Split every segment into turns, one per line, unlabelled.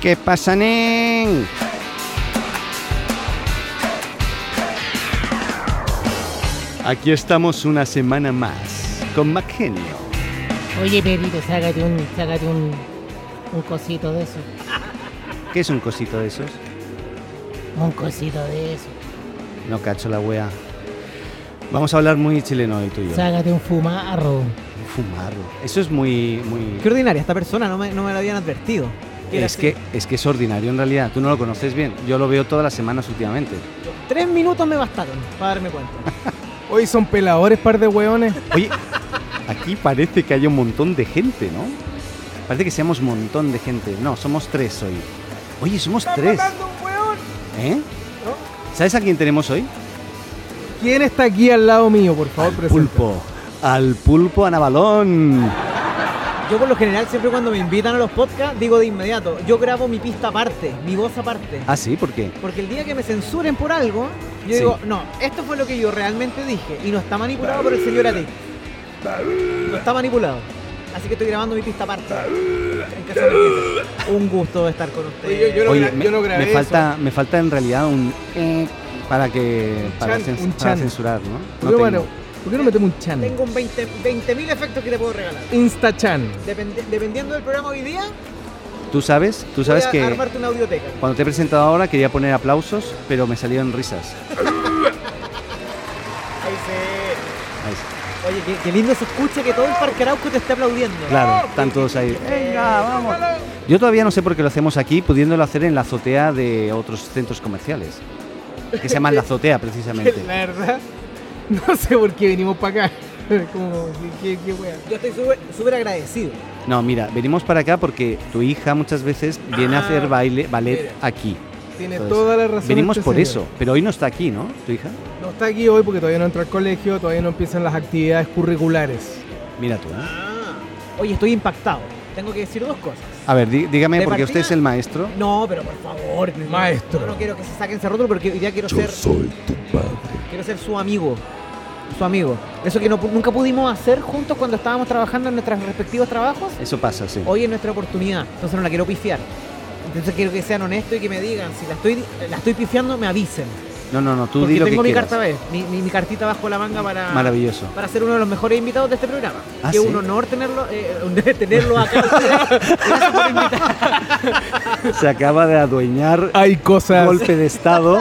¿Qué pasa, nen? Aquí estamos una semana más con Mac Genio.
Oye, Perito, sácate un, sácate un, un cosito de eso.
¿Qué es un cosito de esos?
Un cosito de eso.
No cacho la wea. Vamos a hablar muy chileno hoy tú y yo.
Sácate un fumarro.
Fumarlo. Eso es muy, muy.
Qué ordinaria esta persona, no me, no me la habían advertido. Era
Es
así.
que, es que es ordinario en realidad. Tú no lo conoces bien. Yo lo veo todas las semanas últimamente.
Tres minutos me bastaron para darme cuenta.
Hoy son peladores, par de hueones.
Oye, aquí parece que hay un montón de gente, ¿no? Parece que seamos un montón de gente. No, somos tres hoy. Oye, somos tres. ¿Eh? ¿Sabes a quién tenemos hoy?
¿Quién está aquí al lado mío, por favor,
Al
presente?
pulpo. Al pulpo Anabalón.
Yo por lo general siempre cuando me invitan a los podcasts digo de inmediato, yo grabo mi pista aparte, mi voz aparte.
Ah, sí, ¿por qué?
Porque el día que me censuren por algo, yo
Sí.
digo, no, esto fue lo que yo realmente dije y no está manipulado por el señor ti. No está manipulado. Así que estoy grabando mi pista aparte. En caso de que- un gusto estar con
Oye,
ustedes.
yo- yo no
Oye,
gra-
me,
no grabé
me falta, me falta en realidad un eh, para que para,
chan,
cens-
un
para
chan.
censurar, ¿no?
¿Por
No
qué,
tengo.
bueno, ¿por qué no metemos un chan?
Tengo un 20 20.000 efectos que te puedo regalar.
Insta-chan.
Depende- dependiendo del programa hoy día,
Tú sabes, tú sabes
voy a
que
armarte una audioteca.
cuando te he presentado ahora quería poner aplausos, pero me salieron risas.
Ahí se-
Ahí está.
Oye, qué, qué lindo se escucha que todo el Parque Arauco te está aplaudiendo.
Claro, están todos ahí.
Venga,
vamos. Yo todavía no sé por qué lo hacemos aquí, pudiéndolo hacer en la azotea de otros centros comerciales, que se llaman la azotea precisamente.
La verdad, no sé por qué venimos para acá. Como, ¿qué, qué, qué wea?
Yo estoy súper súper agradecido.
No, mira, venimos para acá porque tu hija muchas veces viene a
Ah,
hacer baile, ballet
mira.
aquí.
Tiene
Entonces,
toda la razón.
Venimos
este
por
señor.
eso, pero hoy no está aquí, ¿no? Tu hija.
No está aquí hoy porque todavía no entra al colegio, todavía no empiezan las actividades curriculares.
Mira tú. ¿eh?
Ah.
Oye, estoy impactado. Tengo que decir dos cosas.
A ver, di- dígame,
De
porque usted
partida-
es el maestro.
No, pero por favor, no,
Maestro.
No, no quiero que se saquen ese rótulo porque hoy día quiero ser.
soy tu padre.
Quiero ser su amigo. Su amigo. Eso que no pu- nunca pudimos hacer juntos cuando estábamos trabajando en nuestros respectivos trabajos.
Eso pasa, sí.
Hoy es nuestra oportunidad, entonces no la quiero pifiar. Entonces quiero que sean honestos y que me digan, si la estoy, la estoy pifiando, me avisen.
No, no, no, tú
Porque
di lo
tengo
que
mi
quieras.
carta B, mi, mi- mi cartita bajo la manga para,
Maravilloso.
para ser uno de los mejores invitados de este programa.
Ah,
que es
¿sí?
un honor tenerlo, eh, tenerlo acá. Gracias por invitar.
Se acaba de adueñar
Hay cosas.
golpe de estado.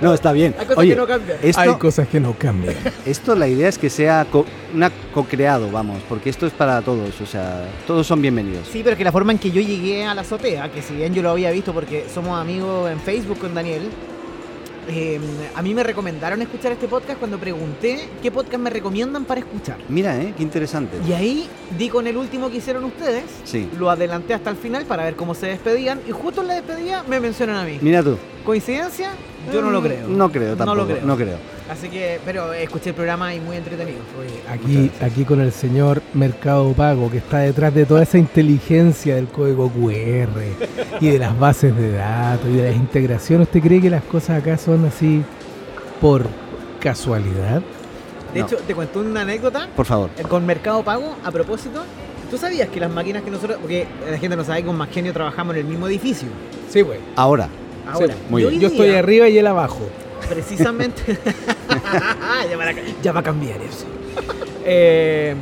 no, está bien.
Hay cosas
Oye,
que no cambian.
Hay
esto,
cosas que no cambian.
esto la idea es que sea co- una co-creado, vamos, porque esto es para todos, o sea, todos son bienvenidos.
Sí, pero que la forma en que yo llegué a la azotea, que si bien yo lo había visto porque somos amigos en Facebook con Daniel, eh, a mí me recomendaron escuchar este podcast cuando pregunté qué podcast me recomiendan para escuchar.
Mira, ¿eh? Qué interesante.
Y ahí di con el último que hicieron ustedes.
Sí.
Lo adelanté hasta el final para ver cómo se despedían y justo en la despedida me mencionan a mí.
Mira tú.
¿Coincidencia? Yo no lo creo.
No creo tampoco.
No lo creo.
No creo.
Así que, pero escuché el programa y muy entretenido.
Aquí,
Muchas gracias.
aquí con el señor Mercado Pago, que está detrás de toda esa inteligencia del código QR y de las bases de datos y de las integraciones, ¿usted cree que las cosas acá son así por casualidad?
De
No.
hecho, te cuento una anécdota
Por favor.
eh, con Mercado Pago a propósito. ¿Tú sabías que las máquinas que nosotros, porque la gente no sabe que con Más Genio trabajamos en el mismo edificio?
Sí, güey.
Ahora.
Ahora,
muy
y
bien.
hoy
Yo estoy
día,
arriba y él abajo.
precisamente. ya, va a, ya va a cambiar eso. Eh,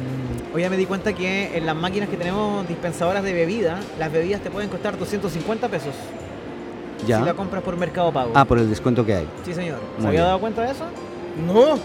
hoy ya me di cuenta que en las máquinas que tenemos dispensadoras de bebida, las bebidas te pueden costar 250 pesos si la
Ya.
compras por Mercado Pago.
Ah, por el descuento que hay.
Sí, señor.
Muy
¿Se había
bien.
dado cuenta de eso?
No,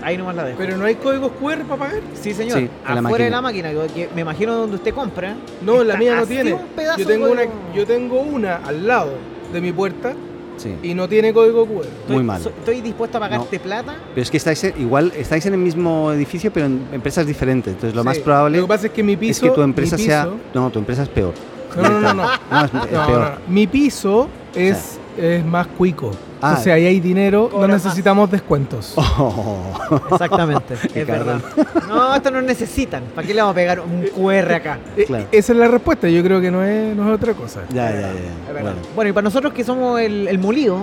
Ahí nomás la dejo.
pero no hay códigos QR para pagar.
sí, señor.
Sí, en la
Afuera
máquina.
de la máquina, que me imagino donde usted compra.
No, la
está
mía no
así
tiene.
un pedazo
Yo tengo,
de-
una, yo tengo una al lado de mi puerta
Sí.
y no tiene código QR.
Estoy-
Muy mal.
so- Estoy dispuesto a pagarte plata.
Pero es que estáis en- igual, estáis en el mismo edificio, pero en empresas diferentes. Entonces lo más
Sí.
probable
Lo que pasa es que mi piso.
es que tu
mi
empresa
piso-
sea. No, tu empresa es peor.
No, no, no, no.
No, es, es
No,
peor.
no, no. Mi piso es, es más cuico.
Ah.
O sea, ahí hay dinero, no
Cobra más.
necesitamos descuentos.
Oh,
Exactamente. es
cabrón.
verdad. No, esto no necesitan. ¿Para qué le vamos a pegar un QR acá?
Eh,
claro.
Esa es la respuesta, yo creo que no es, no es otra cosa.
ya, ya,
Es
ya.
verdad.
Bueno.
Bueno. y para nosotros que somos el, el mulío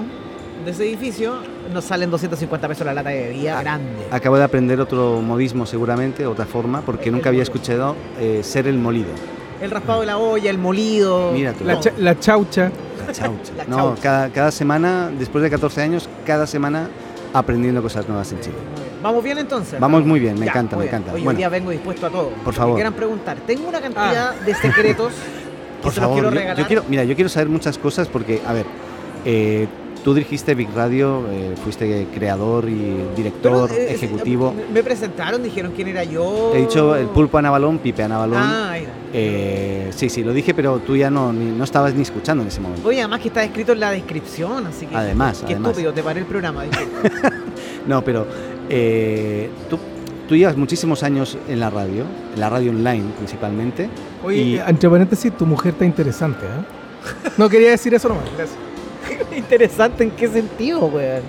de ese edificio, nos salen 250 pesos la lata de
Ah,
bebida grande.
Acabo de aprender otro modismo, seguramente, otra forma, porque
El
nunca había
molido.
escuchado eh, ser el molido.
El raspado de la olla, el molido.
Mira tú.
La, cha- la chaucha.
La chaucha.
La
no,
chaucha.
Cada, cada semana, después de 14 años, cada semana aprendiendo cosas nuevas en Chile.
Vamos bien entonces.
Vamos muy bien, me
Ya,
encanta,
muy
me
bien.
encanta.
Hoy
Bueno.
día vengo dispuesto a todo. Lo que
favor. Ah.
quieran preguntar. Tengo una cantidad de secretos que se los quiero
yo-
regalar.
Yo, quiero, mira, yo quiero saber muchas cosas porque, a ver, eh, tú dirigiste Big Radio, eh, fuiste creador y
Pero,
director
eh,
ejecutivo.
eh, Me presentaron, dijeron quién era yo.
He dicho el pulpo Ana Balón, Pipe Ana Balón.
Ah, ahí está.
Eh, sí, sí, lo dije, pero tú ya no, ni- no estabas ni escuchando en ese momento.
Oye, además que está escrito en la descripción, así que.
Además,
Qué
además.
estúpido, te paré el programa. disculpa.
No, pero eh, tú, tú llevas muchísimos años en la radio, en la radio online principalmente.
Oye,
Y-
entre paréntesis, tu mujer está interesante, ¿eh? No quería decir eso nomás, gracias.
Interesante en qué sentido, weón.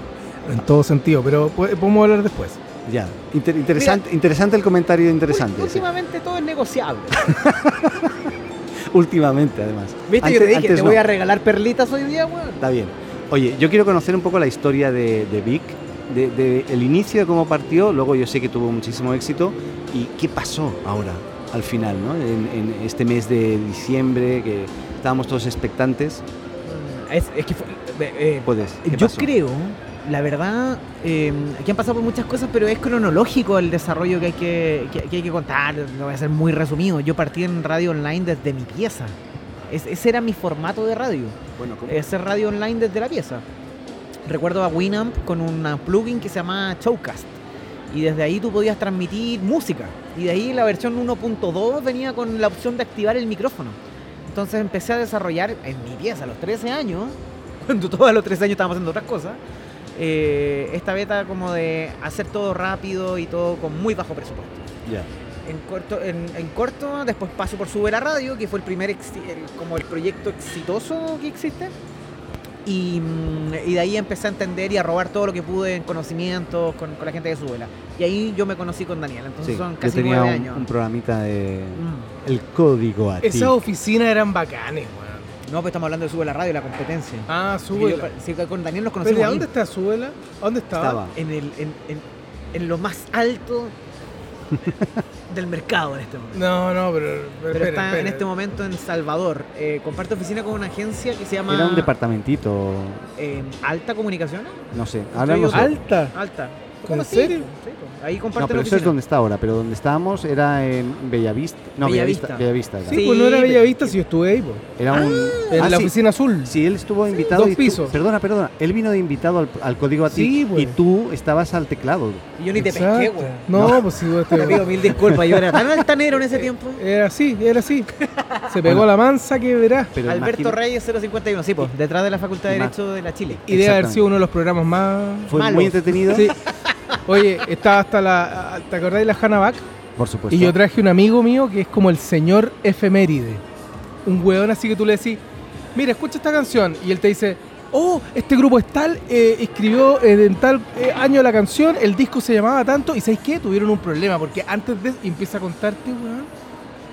En todo sentido, pero po- podemos hablar después.
Ya, Inter- interesante, interesante el comentario, interesante.
Ul-
sí.
Últimamente todo es negociable.
Últimamente, además.
¿Viste?
Antes-
yo te dije,
antes
te voy
no.
a regalar perlitas hoy día, weón.
Está bien. Oye, yo quiero conocer un poco la historia de, de Vic, de, de el inicio de cómo partió, luego yo sé que tuvo muchísimo éxito, y qué pasó ahora, al final, ¿no? En, en este mes de diciembre, que estábamos todos expectantes,
Mm, Es, es que fue- eh, eh,
puedes. ¿qué
yo
pasó?
creo, la verdad, eh, aquí han pasado por muchas cosas, pero es cronológico el desarrollo que hay que, que- que hay que contar. Lo voy a hacer muy resumido. Yo partí en radio online desde mi pieza. Es- ese era mi formato de radio.
Bueno, ¿cómo?
Hacer radio online desde la pieza. Recuerdo a Winamp con un plugin que se llama Showcast. Y desde ahí tú podías transmitir música. Y de ahí la versión 1.2 venía con la opción de activar el micrófono. Entonces empecé a desarrollar en mi pieza a los 13 años, cuando todos a los 13 años estábamos haciendo otras cosas, eh, esta beta como de hacer todo rápido y todo con muy bajo presupuesto
Ya.
en corto, en, en corto después paso por Sube la Radio, que fue el primer exi- el- como el proyecto exitoso que existe. Y, mm, y de ahí empecé a entender y a robar todo lo que pude en conocimientos con, con la gente de Subela. Y ahí yo me conocí con Daniel, entonces
Sí,
son
yo
casi
tenía
nueve
un,
años.
un programita de...
Mm.
El código a ti.
Esas oficinas eran bacanes, weón.
No, pues estamos hablando de Sube la Radio, la competencia.
Ah,
Porque yo
Súbela.
pa- sí, con Daniel nos
¿Pero
conocimos
¿y a
ahí,
dónde está Súbela? ¿A ¿Dónde estaba?
Estaba.
en, el, en, en- en lo más alto del mercado en este momento.
No, no, pero. Pero,
Pero
espera,
está en
espera.
este momento en Salvador. Eh, comparte oficina con una agencia que se llama
Era un departamentito,
eh, Alta Comunicaciones.
no sé, ahora no sé.
Alta.
Alta.
¿En
¿Cómo sí?
serio?
Sí, pues. Ahí comparte
No, pero
la
eso es
oficina.
donde está ahora, pero donde estábamos era en Bellavista. No, Bellavista.
Bellavista.
Bellavista, era.
Sí, pues no era
Sí,
Bellavista
pero-
si yo estuve ahí, po.
Era un...
En
Ah,
la
sí.
oficina azul.
Si él estuvo invitado.
dos
y tú-
pisos.
perdona, perdona. Él vino de invitado al, al código a
Sí,
ti
güey.
y tú estabas al teclado.
Y yo ni te pesqué,
Exacto.
güey.
No, pues sí, vos
Te pido
te...
mil disculpas, yo era tan altanero en
Eh,
ese tiempo.
Era así, era así. Se pegó
Bueno.
la mansa que verás.
Pero
Alberto
imagina-
Reyes 051, sí, pues, detrás de la Facultad de
Ima-
Derecho de la Chile.
Y debe haber
Exactamente.
sido uno de los programas más.
Fue
Malo.
muy entretenido.
Sí. Oye, estaba hasta la. ¿Te acordás de la Hannah Back?
Por supuesto.
Y yo traje un amigo mío que es como el señor efeméride. Un weón así que tú le decís, mira, escucha esta canción. Y él te dice, oh, este grupo es tal, eh, escribió eh, en tal eh, año la canción, el disco se llamaba tanto. ¿Y sabes qué? Tuvieron un problema porque antes de... y empieza a contarte, weón.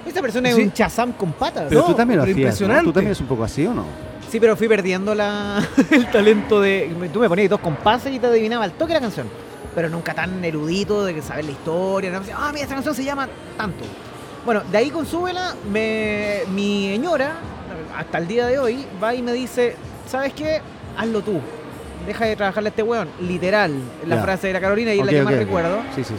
Esta persona es
Sí.
un chazam con patas.
Pero
No,
tú también lo
pero
hacías. ¿no?
impresionante.
Tú también es un poco así o no.
Sí, pero fui perdiendo la, el talento de. me- Tú me ponías dos compases y te adivinaba al toque la canción. Pero nunca tan erudito de que saber la historia. no sé, Ah, mira, esta canción se llama tanto. Bueno, de ahí con Súbela, me, mi señora, hasta el día de hoy, va y me dice: ¿Sabes qué? Hazlo tú. Deja de trabajarle a este weón. Literal. La
Ya.
frase de la Carolina y es la
Ok,
que
ok,
más
ok.
recuerdo
Sí, sí,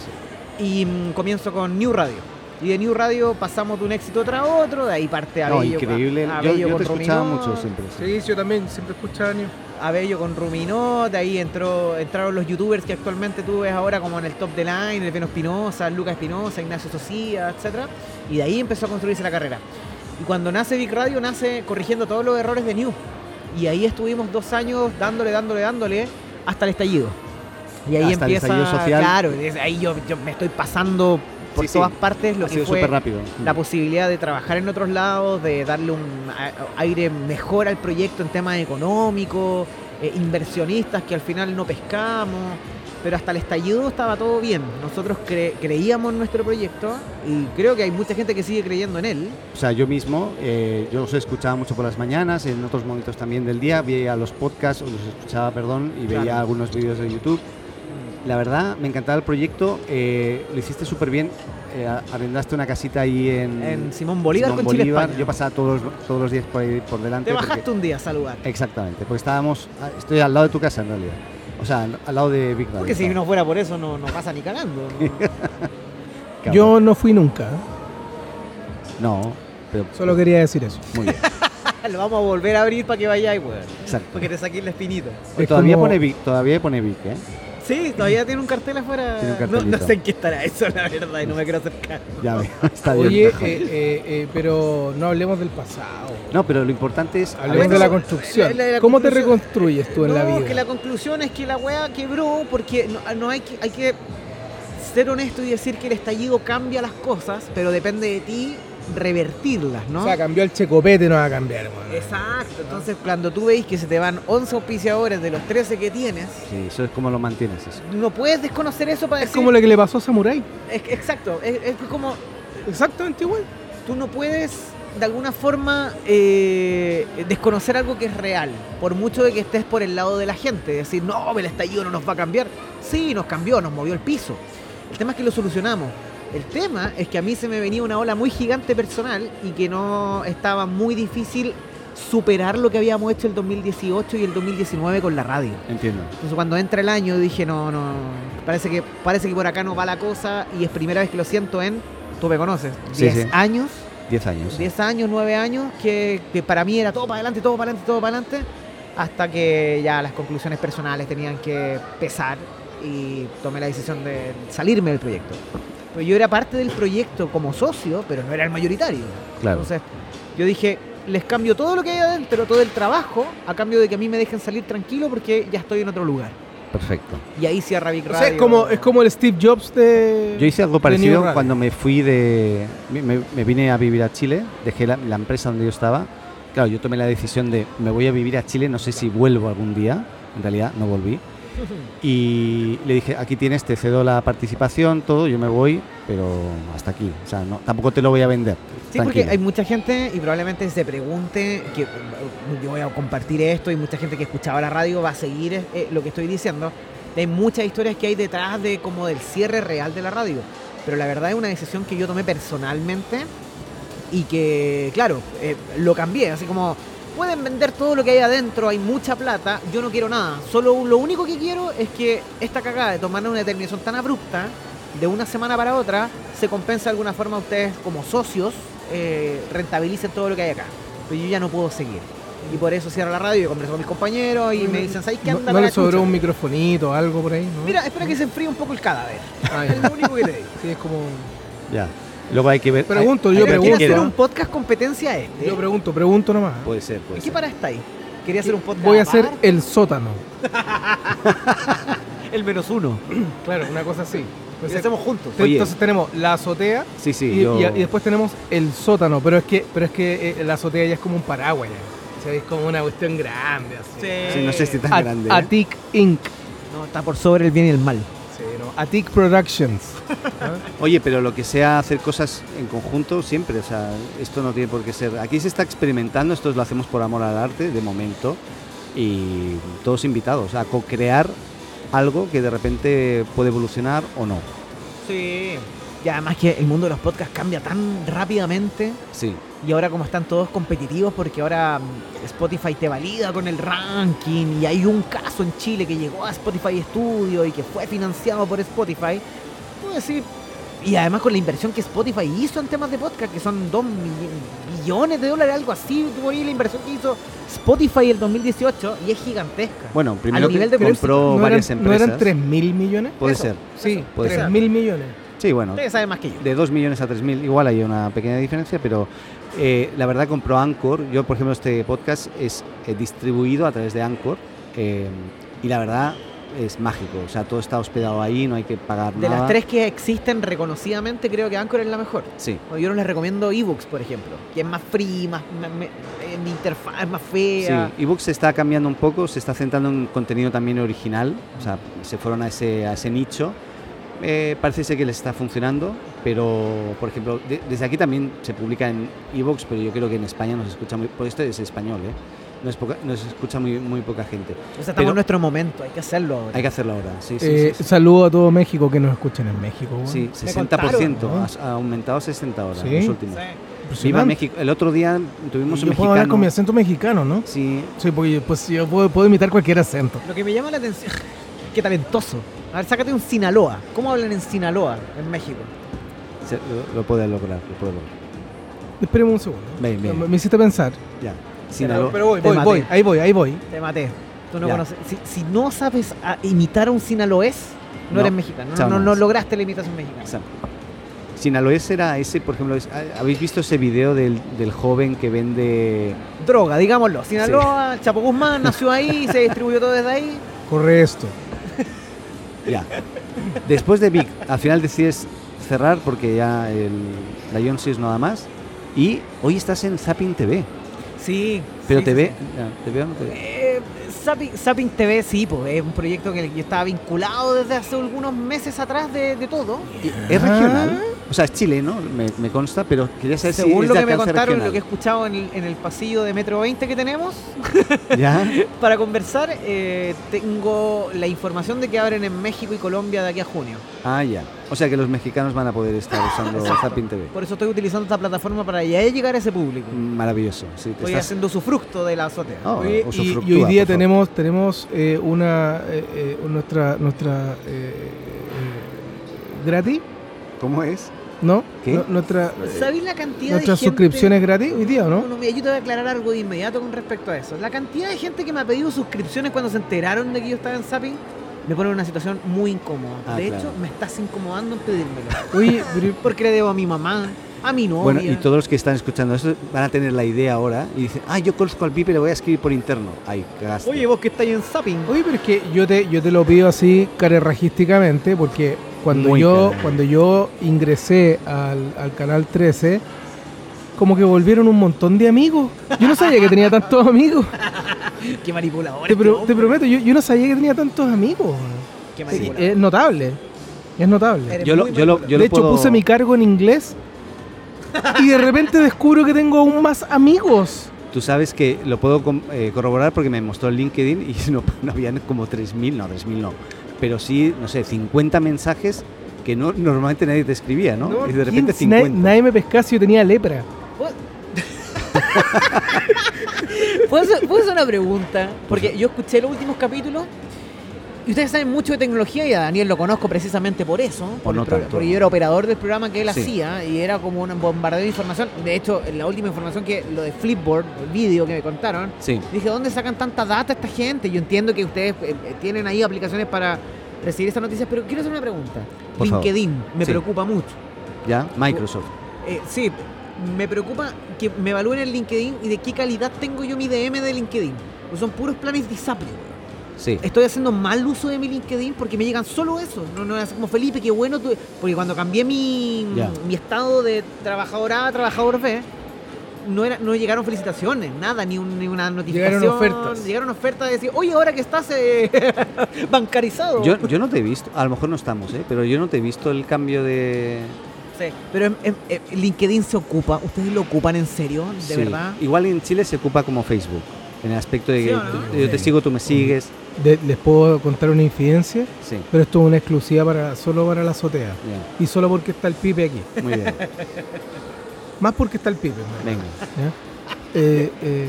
sí.
y mm, comienzo con New Radio. Y de New Radio pasamos de un éxito tras otro, de ahí parte
No,
Abello.
increíble.
a-
Yo,
Abello
yo
con
te escuchaba
Ruminó,
mucho siempre. sí.
yo también siempre escuchaba años.
Abello con Ruminó, de ahí entró, entraron los youtubers que actualmente tú ves ahora como en el top de line, el Veno Espinosa, Lucas Espinosa, Ignacio Socía, etc. Y de ahí empezó a construirse la carrera. Y cuando nace Big Radio, nace corrigiendo todos los errores de New. Y ahí estuvimos dos años dándole, dándole, dándole, hasta el estallido. Y ahí
Hasta el
empieza.
estallido social.
Claro, desde ahí yo, yo me estoy pasando por
Sí, sí.
todas partes lo
ha
que
sido
fue
súper rápido.
la posibilidad de trabajar en otros lados, de darle un a- aire mejor al proyecto en temas económicos, eh, inversionistas que al final no pescamos, pero hasta el estallido estaba todo bien. Nosotros cre- creíamos en nuestro proyecto y creo que hay mucha gente que sigue creyendo en él.
O sea, yo mismo, eh, yo los escuchaba mucho por las mañanas, en otros momentos también del día, veía los podcasts, o los escuchaba, perdón, y veía
Claro. Mm.
algunos vídeos de YouTube. La verdad, me encantaba el proyecto, eh, lo hiciste súper bien, eh, a- arrendaste una casita ahí en,
En Simón Bolívar
Mm. Simón
con Chile
Bolívar.
España.
Yo pasaba todos los, todos los días por, ahí, por delante.
Te
porque-
bajaste un día a saludar.
Exactamente, porque estábamos, ah, estoy al lado de tu casa en realidad, o sea, al- al lado de Big Bang.
Porque si
estaba.
no fuera por eso no, no pasa ni cagando.
Cabrón.
Yo no fui nunca, ¿eh?
No, pero...
solo quería decir eso.
Muy bien,
Lo vamos a volver a abrir para que vayáis, weón.
exacto.
Porque te saqué la espinita.
Es
Pues Todavía
como-
pone, Vic, todavía pone Vic, ¿eh?
Sí, todavía tiene un cartel afuera.
Tiene un
No- no,
cartelito.
sé en qué estará eso, la verdad, y no me quiero acercar.
Ya veo, está bien.
Oye, eh,
mejor.
eh, eh, pero no hablemos del pasado.
No, pero lo importante es... a
Hablemos
ver,
de la
Bueno,
construcción.
la- la- la
¿Cómo te
construcción-
reconstruyes tú en la
No,
vida?
que la conclusión es que la weá quebró porque no, no hay, que, hay que ser honesto y decir que el estallido cambia las cosas, pero depende de ti revertirlas, ¿no?
O sea, cambió el checopete, no va a cambiar, weón.
Exacto. Entonces, cuando tú veis que se te van 11 auspiciadores de los 13 que tienes,
Sí, eso es como lo mantienes eso.
no puedes desconocer eso para
Es
decir...
como lo que le pasó a Samurai.
Es- exacto. Es, es como
Exactamente igual.
tú no puedes de alguna forma eh, desconocer algo que es real, por mucho de que estés por el lado de la gente, decir, no, el estallido no nos va a cambiar. Sí, nos cambió, nos movió el piso. El tema es que lo solucionamos. El tema es que a mí se me venía una ola muy gigante personal y que no estaba muy difícil superar lo que habíamos hecho el 2018 y el 2019 con la radio.
Entiendo.
Entonces cuando entra el año dije, no, no, parece que, parece que por acá no va la cosa y es primera vez que lo siento en, tú me conoces,
Sí,
10
sí.
años
10 años.
10 años, 9 años, que, que para mí era todo para adelante, todo para adelante, todo para adelante, hasta que ya las conclusiones personales tenían que pesar y tomé la decisión de salirme del proyecto. Pero yo era parte del proyecto como socio, pero no era el mayoritario.
Claro.
Entonces yo dije, les cambio todo lo que hay adentro, todo el trabajo, a cambio de que a mí me dejen salir tranquilo porque ya estoy en otro lugar.
Perfecto.
Y ahí cierra Big
O
Radio.
sea, es como, es como el Steve Jobs de.
Yo hice algo
de New
parecido
Radio.
cuando me fui de... Me, me- me vine a vivir a Chile, dejé la, la empresa donde yo estaba. Claro, yo tomé la decisión de me voy a vivir a Chile, no sé si vuelvo algún día. En realidad no volví. Y le dije, aquí tienes, te cedo la participación, todo, yo me voy, pero hasta aquí. O sea, no, tampoco te lo voy a vender.
Sí,
Tranquilo.
porque hay mucha gente y probablemente se pregunte, que um, yo voy a compartir esto y mucha gente que escuchaba la radio va a seguir eh, lo que estoy diciendo. Hay muchas historias que hay detrás de como del cierre real de la radio. Pero la verdad es una decisión que yo tomé personalmente y que, claro, eh, lo cambié. Así como, pueden vender todo lo que hay adentro, hay mucha plata, yo no quiero nada. Solo lo único que quiero es que esta cagada de tomar una determinación tan abrupta, de una semana para otra, se compensa de alguna forma ustedes como socios, eh, rentabilicen todo lo que hay acá. Pero yo ya no puedo seguir. Y por eso cierro la radio, yo converso con mis compañeros y me dicen, ¿sabes qué
No,
anda
no
la
le sobró
chucha?".
un microfonito o algo por ahí, ¿no?
Mira, espera que se enfríe un poco el cadáver.
Ah,
Es
ya.
lo único que te digo.
Sí, es como.
Ya. Luego hay que ver...
Pregunto,
hay-
yo
hay que
Pero
pregunto.
quiere hacer
ver-
un podcast competencia a este.
Yo pregunto, pregunto nomás.
Puede ser, puede
¿Y qué
ser.
para está ahí? Quería hacer un podcast.
Voy a hacer
aparte.
el sótano.
el menos uno.
Claro, una cosa así.
Lo
Entonces,
hacemos juntos.
te-
Oye.
entonces tenemos la azotea
Sí, sí,
y,
yo...
y- y después tenemos el sótano. Pero es que, pero es que eh, la azotea ya es como un paraguas ya. O sea, es como una cuestión grande así.
Sí, no sé si tan
A-
grande. ¿eh?
Atic Inc.
No, está por sobre el bien y el mal.
Sí, no, Atic Productions.
Oye, pero lo que sea hacer cosas en conjunto siempre, o sea, esto no tiene por qué ser. Aquí se está experimentando, esto lo hacemos por amor al arte de momento y todos invitados a co-crear algo que de repente puede evolucionar o no.
Sí. Y además que el mundo de los podcasts cambia tan rápidamente.
Sí,
Y ahora como están todos competitivos porque ahora mm, Spotify te valida con el ranking y hay un caso en Chile que llegó a Spotify Studio y que fue financiado por Spotify. Puedo decir, y además con la inversión que Spotify hizo en temas de podcast, que son 2 billones de dólares, algo así, tú veis la inversión que hizo Spotify el 2018 y es gigantesca.
bueno, primero
nivel
que
de
compró
¿No
Oh, varias
eran,
empresas.
¿No eran 3 mil millones?
Puede
Eso.
ser.
Sí,
Puede
3
ser.
mil millones.
Sí, bueno.
Ustedes saben más que yo.
De 2 millones a 3 mil, igual hay una pequeña diferencia, pero eh, la verdad compro Anchor. Yo, por ejemplo, este podcast es eh, distribuido a través de Anchor eh, y la verdad es mágico. O sea, todo está hospedado ahí, no hay que pagar
De
nada.
las tres que existen reconocidamente, creo que Anchor es la mejor.
Sí.
Bueno, Yo no les recomiendo ebooks, por ejemplo, que es más free, más, más- me- en interfaz es más
Sí,
fea.
eBooks se está cambiando un poco, se está centrando en contenido también original, o sea, se fueron a ese, a ese nicho. Eh, parece ser que les está funcionando, pero, por ejemplo, de- desde aquí también se publica en eBooks, pero yo creo que en España nos escucha muy... Por esto es español, ¿eh? Nos, poca- nos escucha muy, muy poca gente.
O sea, estamos
Pero-
en nuestro momento, hay que hacerlo ahora.
Hay que hacerlo ahora, sí, sí,
Eh,
sí, sí.
Saludo a todo México que nos escuchan en México. weón.
Sí,
Me
60%,
contaron,
¿no?
ha, ha aumentado 60 ahora,
Sí.
los últimos. Viva
Impresionante.
México. El otro día tuvimos
Y
un
Yo puedo hablar
mexicano-
con mi acento mexicano, ¿no?
Sí,
Sí, porque yo- pues yo puedo, puedo imitar cualquier acento.
Lo que me llama la atención, qué talentoso. A ver, sácate un Sinaloa. ¿Cómo hablan en Sinaloa, en México?
se- lo, lo puede lograr, lo puede lograr.
Espérame un segundo.
Ven, ven.
Me, me hiciste pensar.
Ya.
Pero-
Sinaloa-
pero voy,
Voy,
voy,
voy, ahí voy, ahí voy.
Te maté. Tú no
Ya.
conoces. Si, si no sabes a- imitar a un sinaloés, no,
No.
eres mexicano. No,
Chao,
no,
no.
no lograste la imitación mexicana.
Exacto. Sinaloés era ese, por ejemplo, es- ah, ¿habéis visto ese video del, del joven que vende...
Droga, digámoslo. Sinaloa, Chapo Guzmán nació ahí, se distribuyó todo desde ahí.
Corre esto.
Ya. Después de Vic, al final decides cerrar porque ya el, la Yonsi es nada más. Y hoy estás en Zapping TV.
Sí.
Pero
sí,
te
sí,
ve...
sí.
ya, ¿Te veo o no te veo?
Eh, Zapping, Zapping TV, sí, pues es un proyecto que yo estaba vinculado desde hace algunos meses atrás de, de todo.
¿Es regional? O sea, es chileno, me, me consta, pero quería saber si
Ah. Según
es
lo
de
que me
alcance
contaron, lo que he
regional.
escuchado en el, en el pasillo de Metro 20 que tenemos,
¿Ya?
para conversar, eh, tengo la información de que abren en México y Colombia de aquí a junio.
Ah, ya. O sea que los mexicanos van a poder estar usando Zapping TV.
Por eso estoy utilizando esta plataforma para ya llegar a ese público.
Maravilloso. Sí, te
Estoy
Mm. estás-
haciendo su fructo de la azotea.
Oh,
Oye, y- y,
usufructúa,
hoy día
por favor.
tenemos tenemos eh, una eh, eh, nuestra nuestra eh, eh, gratis,
¿Cómo es?
¿no?
¿Qué?
No- nuestra eh,
¿Sabéis la cantidad
nuestras
de gente...
suscripciones gratis hoy día, ¿o ¿no?
Bueno, mira, yo te voy a aclarar algo de inmediato con respecto a eso. La cantidad de gente que me ha pedido suscripciones cuando se enteraron de que yo estaba en Zapping me pone en una situación muy incómoda.
Ah,
de
claro.
hecho, me estás incomodando en pedírmelo.
Oye, pero-
Porque le debo a mi mamá, a mi novia.
Bueno, y todos los que están escuchando esto van a tener la idea ahora y dicen, ah, yo conozco al Pipe, le voy a escribir por interno. Ay, cagaste.
Oye, vos que estáis en Zapping.
Oye, pero es que yo te, yo te lo pido así carerrajísticamente, porque cuando
Muy
yo
carerrajístico.
cuando yo ingresé al, al canal 13, como que volvieron un montón de amigos. Yo no sabía que tenía tantos amigos.
Qué manipulador.
Te,
este
pro-
hombre,
te prometo, yo, yo no sabía que tenía tantos amigos.
Qué
Sí,
eh,
manipulador.
es notable. Es notable.
Eres
yo lo,
muy
yo lo,
manipulador.
yo lo
de hecho,
puedo-
puse mi cargo en inglés y de repente descubro que tengo aún más amigos.
Tú sabes que lo puedo com- eh, corroborar porque me mostró el LinkedIn y no, no habían como 3.000, no, 3.000 no. Pero sí, no sé, 50 mensajes que no, normalmente nadie te escribía, ¿no? y de repente
¿quién- nadie-
50.
nadie me pescaba si yo tenía lepra.
Pues- ¿Puedo hacer, puedo hacer una pregunta? Porque yo escuché los últimos capítulos y ustedes saben mucho de tecnología y a Daniel lo conozco precisamente por eso. Por el
no
pro-
tanto.
Porque yo era operador del programa que él
Sí.
hacía y era como un bombardeo de información. De hecho, en la última información que lo de Flipboard, el vídeo que me contaron,
Sí,
dije, ¿dónde sacan tanta data esta gente? Yo entiendo que ustedes eh, eh, tienen ahí aplicaciones para recibir estas noticias, pero quiero hacer una pregunta.
Por favor.
LinkedIn me
Sí.
preocupa mucho.
ya, Microsoft.
Eh, sí, me preocupa que me evalúen el LinkedIn y de qué calidad tengo yo mi DM de LinkedIn. Pues son puros planes de Zapri, weón.
Sí.
Estoy haciendo mal uso de mi LinkedIn porque me llegan solo eso. No, no es como Felipe, qué bueno tú. Porque cuando cambié mi,
Ya.
mi estado de trabajador A a trabajador B, no, era, no llegaron felicitaciones, nada, ni, un- ni una notificación.
ofertas.
Llegaron ofertas de decir, oye, ahora que estás eh, bancarizado.
Yo, yo no te he visto, a lo mejor no estamos, ¿eh? Pero yo no te he visto el cambio de...
Sí, Pero em- em- em, LinkedIn se ocupa, ustedes lo ocupan en serio, de
Sí.
verdad.
Igual en Chile se ocupa como Facebook, en el aspecto de
¿Sí
que
o no?
tú- yo te sigo, tú me sigues.
De- les puedo contar una infidencia,
Sí,
pero esto es una exclusiva para solo para la azotea.
bien,
Y solo porque está el pipe aquí.
muy bien.
Más porque está el pipe. ¿no?
Venga,
¿Ya? Eh, eh,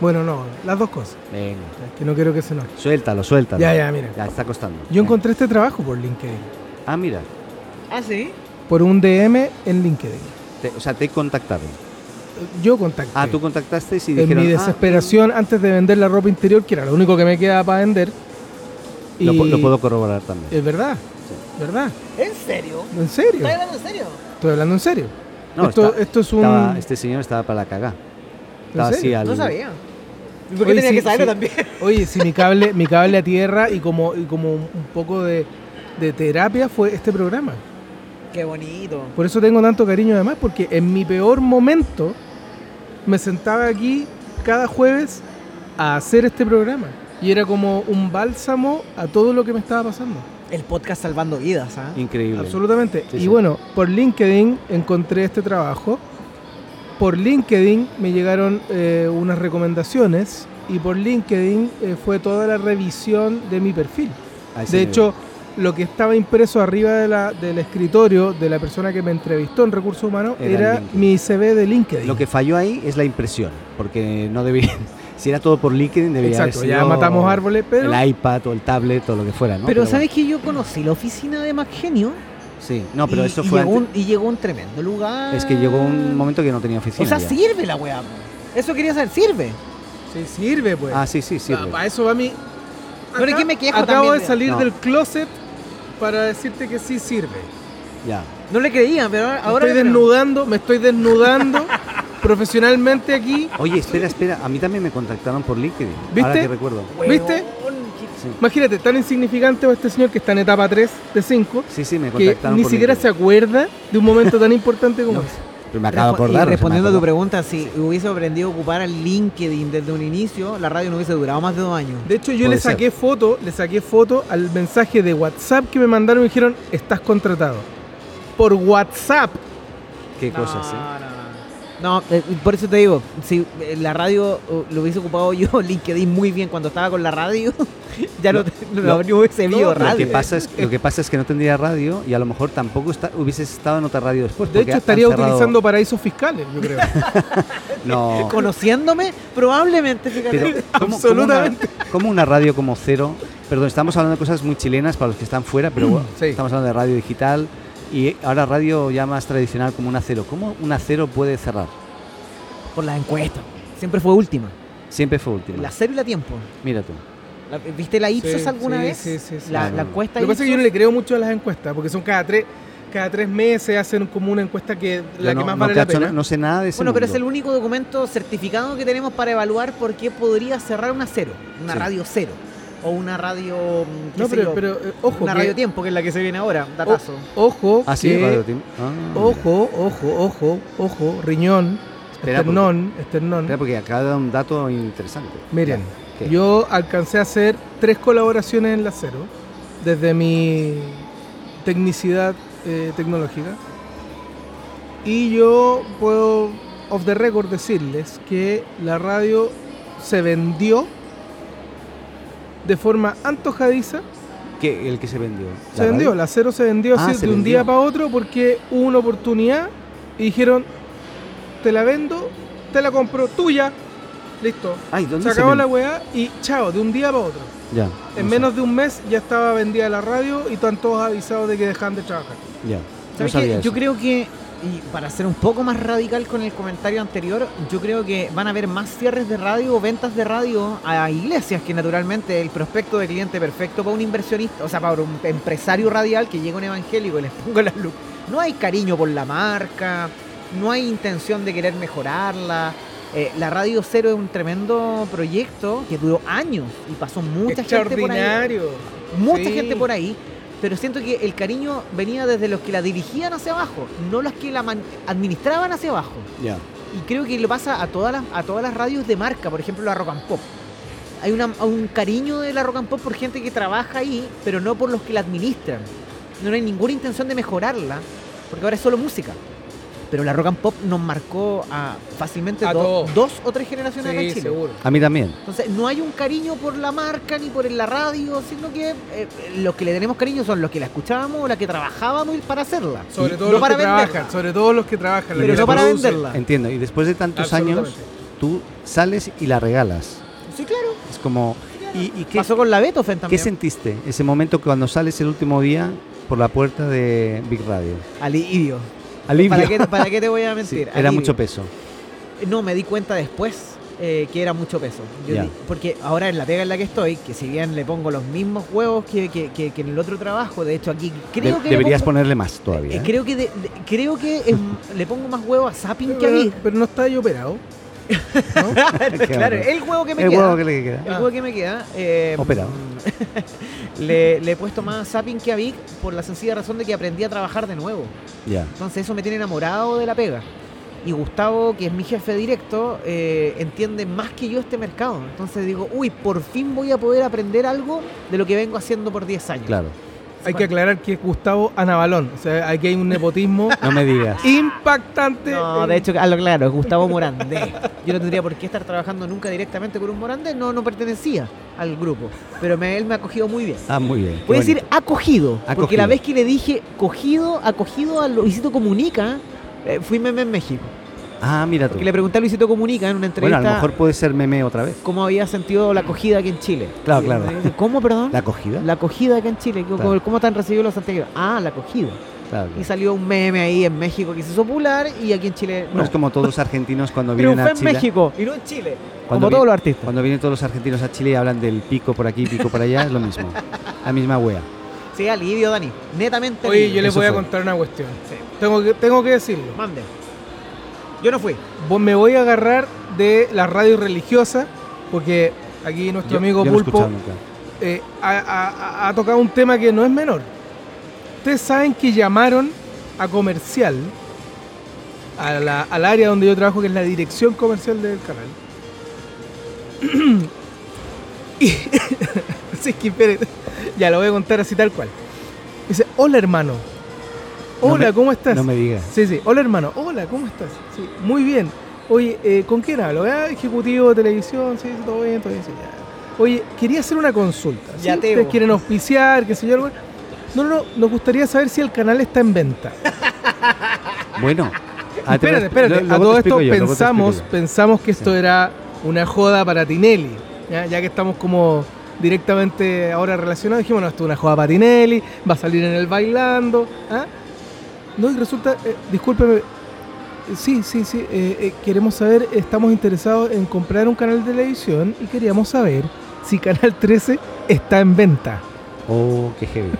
bueno, no, las dos cosas.
venga.
Que no quiero que se nos...
Suéltalo, suéltalo.
Ya, ya, mira.
Ya está costando.
Yo encontré este trabajo por LinkedIn.
Ah, mira.
Ah, sí.
Por un DM en LinkedIn.
te- o sea, te contactaron.
Yo contacté.
Ah, tú contactaste y
en
dijeron.
mi
ah,
desesperación, antes de vender la ropa interior, que era lo único que me quedaba para vender.
lo, po-
y-
lo puedo corroborar también.
Es verdad,
Sí.
verdad.
¿En serio?
¿En serio?
¿Estás hablando en serio?
Estoy hablando en serio.
No,
Eh, esto,
está-
esto es un.
estaba- este señor estaba para la cagá. Estaba
serio?
así al.
No sabía. ¿Y por qué
Oye,
tenía
sí,
que saberlo
sí.
también?
Oye, si mi cable, mi cable a tierra y como, y como un un poco de, de terapia fue este programa.
Qué bonito.
Por eso tengo tanto cariño además, porque en mi peor momento me sentaba aquí cada jueves a hacer este programa. Y era como un bálsamo a todo lo que me estaba pasando.
El podcast salvando vidas, ¿ah?
Increíble.
Absolutamente.
Sí,
y
sí.
bueno, por LinkedIn encontré este trabajo. Por LinkedIn me llegaron eh, unas recomendaciones. Y por LinkedIn eh, fue toda la revisión de mi perfil.
A ese
De
nivel.
hecho, lo que estaba impreso arriba de la- del escritorio de la persona que me entrevistó en recursos humanos
Era el
era,
LinkedIn.
mi CV de LinkedIn.
Lo que falló ahí es la impresión, porque no debía. Si era todo por LinkedIn, debería haber
Exacto, ya
sido
matamos árboles, pero
El iPad o el tablet o lo que fuera, ¿no?
pero, ¿sabes
bueno,
que yo conocí la oficina de Genio?
Sí, no, pero
y,
eso
y
fue.
llegó
antes-
un, y llegó un tremendo lugar.
Es que llegó un momento que no tenía
O
oficina.
sea,
ya.
sirve la weá. po. Eso quería saber, sirve.
sí sirve pues.
Ah, sí, sí, sí.
Pa- pa' eso va mi...
Pero es que me quejo
acabo
también,
de
mira.
salir
No.
del closet para decirte que sí sirve.
Ya.
No le creían, pero ahora.
Me
ahora le
estoy
creo.
desnudando, me estoy desnudando profesionalmente aquí.
Oye, espera, espera. A mí también me contactaron por LinkedIn. Ahora
¿Viste?
que recuerdo.
Weón,
¿Viste?
qué-
Imagínate, tan insignificante va este señor que está en etapa 3 de 5
Sí, sí, me
que
contactaron
ni
por
siquiera se
LinkedIn.
acuerda de un momento tan importante como
No.
ese.
Pero Me acabo de
Respo- y
acordar. o sea, me
respondiendo a tu
acordé.
pregunta, si hubiese aprendido a ocupar el LinkedIn desde un inicio, la radio no hubiese durado más de dos años.
De hecho, yo
Puede
le saqué foto, le saqué foto al mensaje de WhatsApp que me mandaron y me dijeron, estás contratado. Por WhatsApp.
Qué cosas, ¿eh?
No, eh, por eso te digo, si eh, la radio eh, lo hubiese ocupado yo LinkedIn muy bien cuando estaba con la radio, ya no, no,
no,
habría- hubiese
no,
habido
lo
Lo que,
radio.
pasa es, lo que pasa es que no tendría radio y a lo mejor tampoco está, hubieses estado en otra radio después.
De
porque
hecho,
han
estaría
cerrado-
utilizando paraísos fiscales, yo creo.
No,
Conociéndome, probablemente, fíjate.
pero ¿cómo-
Absolutamente.
cómo una- ¿Cómo una radio como cero? Perdón, estamos hablando de cosas muy chilenas para los que están fuera, pero bueno,
Mm, Sí.
estamos hablando de radio digital y ahora radio ya más tradicional como una cero. ¿Cómo una cero puede cerrar?
Por las encuestas. Siempre fue última.
Siempre fue última.
La cero y la tiempo.
Mira tú.
La- ¿Viste la Ipsos
Sí,
alguna
sí,
vez?
sí, sí, sí.
la,
No,
la
no.
encuesta
Lo que pasa es que yo
Ipsos.
no le creo mucho a las encuestas, porque son cada tres, cada tres meses hacen como una encuesta que
Yo
la
no,
que más
no
vale la
cacho,
pena.
no sé nada de eso.
Bueno, pero es el único documento certificado que tenemos para evaluar por qué podría cerrar una cero, una
Sí.
radio cero. O una radio. mm, qué
No,
sé
pero,
yo,
pero, eh, ojo,
una
que-
radio tiempo, que es la que se viene ahora.
o-
Datazo.
ojo,
Ah, sí,
que-
Radio Tim- ah, mira.
ojo, ojo, ojo, ojo, riñón,
Espera,
esternón, esternón.
Espera, porque acaba de dar un dato interesante.
Miren,
Ya, ¿qué?
yo alcancé a hacer tres colaboraciones en la Cero, desde mi tecnicidad eh, tecnológica. Y yo puedo, off the record, decirles que la radio se vendió de forma antojadiza.
¿Qué? el que se vendió.
se vendió,
radio?
la Cero se vendió
Ah,
así
se
de un
vendió.
día para otro porque hubo una oportunidad y dijeron, te la vendo, te la compro, tuya. Listo,
Ay, ¿dónde
se
se
acabó
vend-
la weá y chao, de un día para otro.
Ya.
En
no sé.
menos de un mes ya estaba vendida la radio y están todos avisados de que dejan de trabajar.
Ya. No
¿Sabes qué?
sabía
Yo
eso.
creo que, y para ser un poco más radical con el comentario anterior, yo creo que van a haber más cierres de radio, ventas de radio a iglesias, que naturalmente el prospecto de cliente perfecto para un inversionista, o sea, para un empresario radial que llega un evangélico y les ponga las luces. No hay cariño por la marca, no hay intención de querer mejorarla. Eh, la Radio Cero es un tremendo proyecto que duró años y pasó mucha gente por ahí
Extraordinario.
mucha
Sí.
gente por ahí, pero siento que el cariño venía desde los que la dirigían hacia abajo, no los que la man- administraban hacia abajo.
Ya.
Y creo que le pasa a todas las, a todas las radios de marca, por ejemplo la Rock and Pop. Hay una- un cariño de la Rock and Pop por gente que trabaja ahí, pero no por los que la administran. No hay ninguna intención de mejorarla, porque ahora es solo música. Pero la Rock and Pop nos marcó a fácilmente
A
do-
todos.
dos o tres generaciones acá en
Sí,
Chile.
seguro.
A mí también.
Entonces, no hay un cariño por la marca ni por la radio, sino que eh, los que le tenemos cariño son los que la escuchábamos o la que trabajábamos para hacerla.
Sobre todo
no
los
para
que
venderla.
trabajan, sobre todo los que trabajan. los
Pero
que la
no para
producen.
venderla.
Entiendo. Y después de tantos años,
Absolutamente.
tú sales y la regalas.
Sí, claro.
Es como. ¿Y, y qué,
Pasó con la Beethoven
qué
también.
sentiste ese momento cuando sales el último día por la puerta de Big Radio?
Alivio.
Alivio.
¿Para qué, ¿Para qué te voy a
Sí,
mentir?
era
Alivio.
mucho peso.
No, me di cuenta después. eh, que era mucho peso. Yo
Ya.
di- porque ahora en la pega en la que estoy, que si bien le pongo los mismos huevos que, que- que- que en el otro trabajo, de hecho aquí creo
De-
que... le
deberías
pongo-
ponerle más todavía.
eh,
¿eh?
creo que, de- de- creo que es- le pongo más huevo a Zapping que a
Pero,
Big.
pero no está ahí operado.
claro, el huevo que Ah. me
El
queda.
huevo que le queda.
El juego que me queda. eh,
Operado.
le, le he puesto más a Zapping que a Vic por la sencilla razón de que aprendí a trabajar de nuevo.
Ya.
Entonces eso me tiene enamorado de la pega. Y Gustavo, que es mi jefe directo, eh, entiende más que yo este mercado. Entonces digo, uy, por fin voy a poder aprender algo de lo que vengo haciendo por 10 años.
Claro.
Hay que aclarar que es Gustavo Anabalón. O sea, aquí hay un nepotismo
No me digas.
impactante.
No,
en-
de hecho, hazlo claro, es Gustavo Morandé. Yo no tendría por qué estar trabajando nunca directamente con un Morandé, no, no pertenecía al grupo. Pero me- él me ha acogido muy bien.
Ah, muy bien. qué
Voy a
bonito.
decir acogido, porque
Acogido.
la vez que le dije cogido, acogido a Luisito Comunica, eh, fui meme en México.
Ah, mira tú.
Porque le pregunté a Luisito Comunica en
Bueno,
una entrevista
a lo mejor puede ser meme otra vez.
cómo había sentido la acogida aquí en Chile.
Claro,
Y
claro.
me dice, ¿Cómo, perdón?
¿La
La,
acogida?
acogida aquí en Chile. ¿Cómo,
Claro.
cómo te han recibido los santiagueros? Ah, la acogida.
Claro,
Y
claro.
salió un meme ahí en México que se hizo popular y aquí en Chile
Bueno,
no.
es como todos los argentinos cuando vienen
Triunfé
a
en
Chile.
México y no en Chile.
Cuando
Como todos
vi-
los artistas.
Cuando vienen todos los argentinos a Chile y hablan del pico por aquí, pico por allá, es lo mismo. La misma wea.
Sí, alivio, Dani. Netamente
Oye,
alivio.
yo les
Eso
voy a
fue.
contar una cuestión.
Sí.
Tengo que, tengo que decirlo.
Mande. Yo no fui.
Vos me voy a agarrar de la radio religiosa, porque aquí nuestro
Yo- yo
amigo
no he
Pulpo
escuchado nunca.
eh, ha, ha- ha- ha tocado un tema que no es menor. Ustedes saben que llamaron a comercial, a la- al área donde yo trabajo, que es la dirección comercial del canal. y, así es que espérate, ya lo voy a contar así tal cual. Dice, hola hermano.
No
Hola,
me-
¿cómo estás?
No me digas.
Sí, sí. Hola, hermano. Hola, ¿cómo estás? Sí, muy bien. Oye, eh, ¿con quién hablo? Ah, ejecutivo de televisión, sí, sí, todo bien, todo bien. sí, ya. Oye, quería hacer una consulta. ¿sí?
Ya te
¿Ustedes
voy.
quieren auspiciar, qué sé yo? algo? No, no, no. Nos gustaría saber si el canal está en venta.
Bueno. ah, te voy
espérate,
a-
espérate.
lo- luego
a
te explico
todo esto
yo, luego te
pensamos,
explico
pensamos que esto era una joda para Tinelli. Ya, Ya que estamos como directamente ahora relacionados, dijimos, no, esto es una joda para Tinelli, va a salir en el bailando. ¿ah? No, y resulta, eh, discúlpeme, eh, sí, sí, sí, eh, eh, queremos saber, estamos interesados en comprar un canal de televisión y queríamos saber si Canal 13 está en venta.
yo. Oh, qué heavy.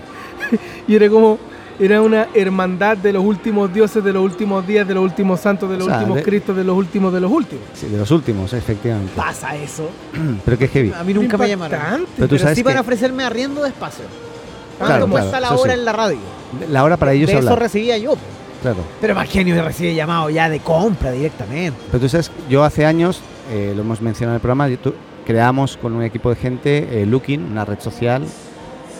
Y era como, era una hermandad de los últimos dioses, de los últimos días, de los últimos santos, de los
O sea,
últimos
de-
cristos, de los últimos, de los últimos.
Sí, de los últimos, efectivamente.
Pasa eso.
Pero qué heavy.
A mí nunca me llamaron.
Impactante.
Pero tú
Pero
sabes
sí
que
para ofrecerme arriendo de espacio.
Claro,
como
claro,
está la
eso
hora
sí.
en la radio.
la hora para ellos
de
es
eso
hablar.
recibía yo.
Claro.
Pero más genio recibe llamado ya de compra directamente.
Pero tú sabes, yo hace años, eh, lo hemos mencionado en el programa, yo tu- creamos con un equipo de gente eh, Looking, una red social,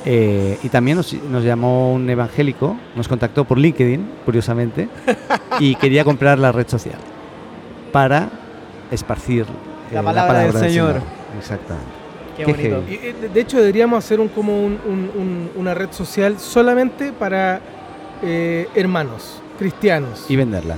eh, y también nos, nos llamó un evangélico, nos contactó por LinkedIn, curiosamente, y quería comprar la red social para esparcir eh,
La palabra del Señor.
Exactamente.
Qué
Qué
bonito.
heavy.
Y, eh, de- De hecho, deberíamos hacer un, como un- un- un- una red social solamente para eh, hermanos cristianos.
Y venderla.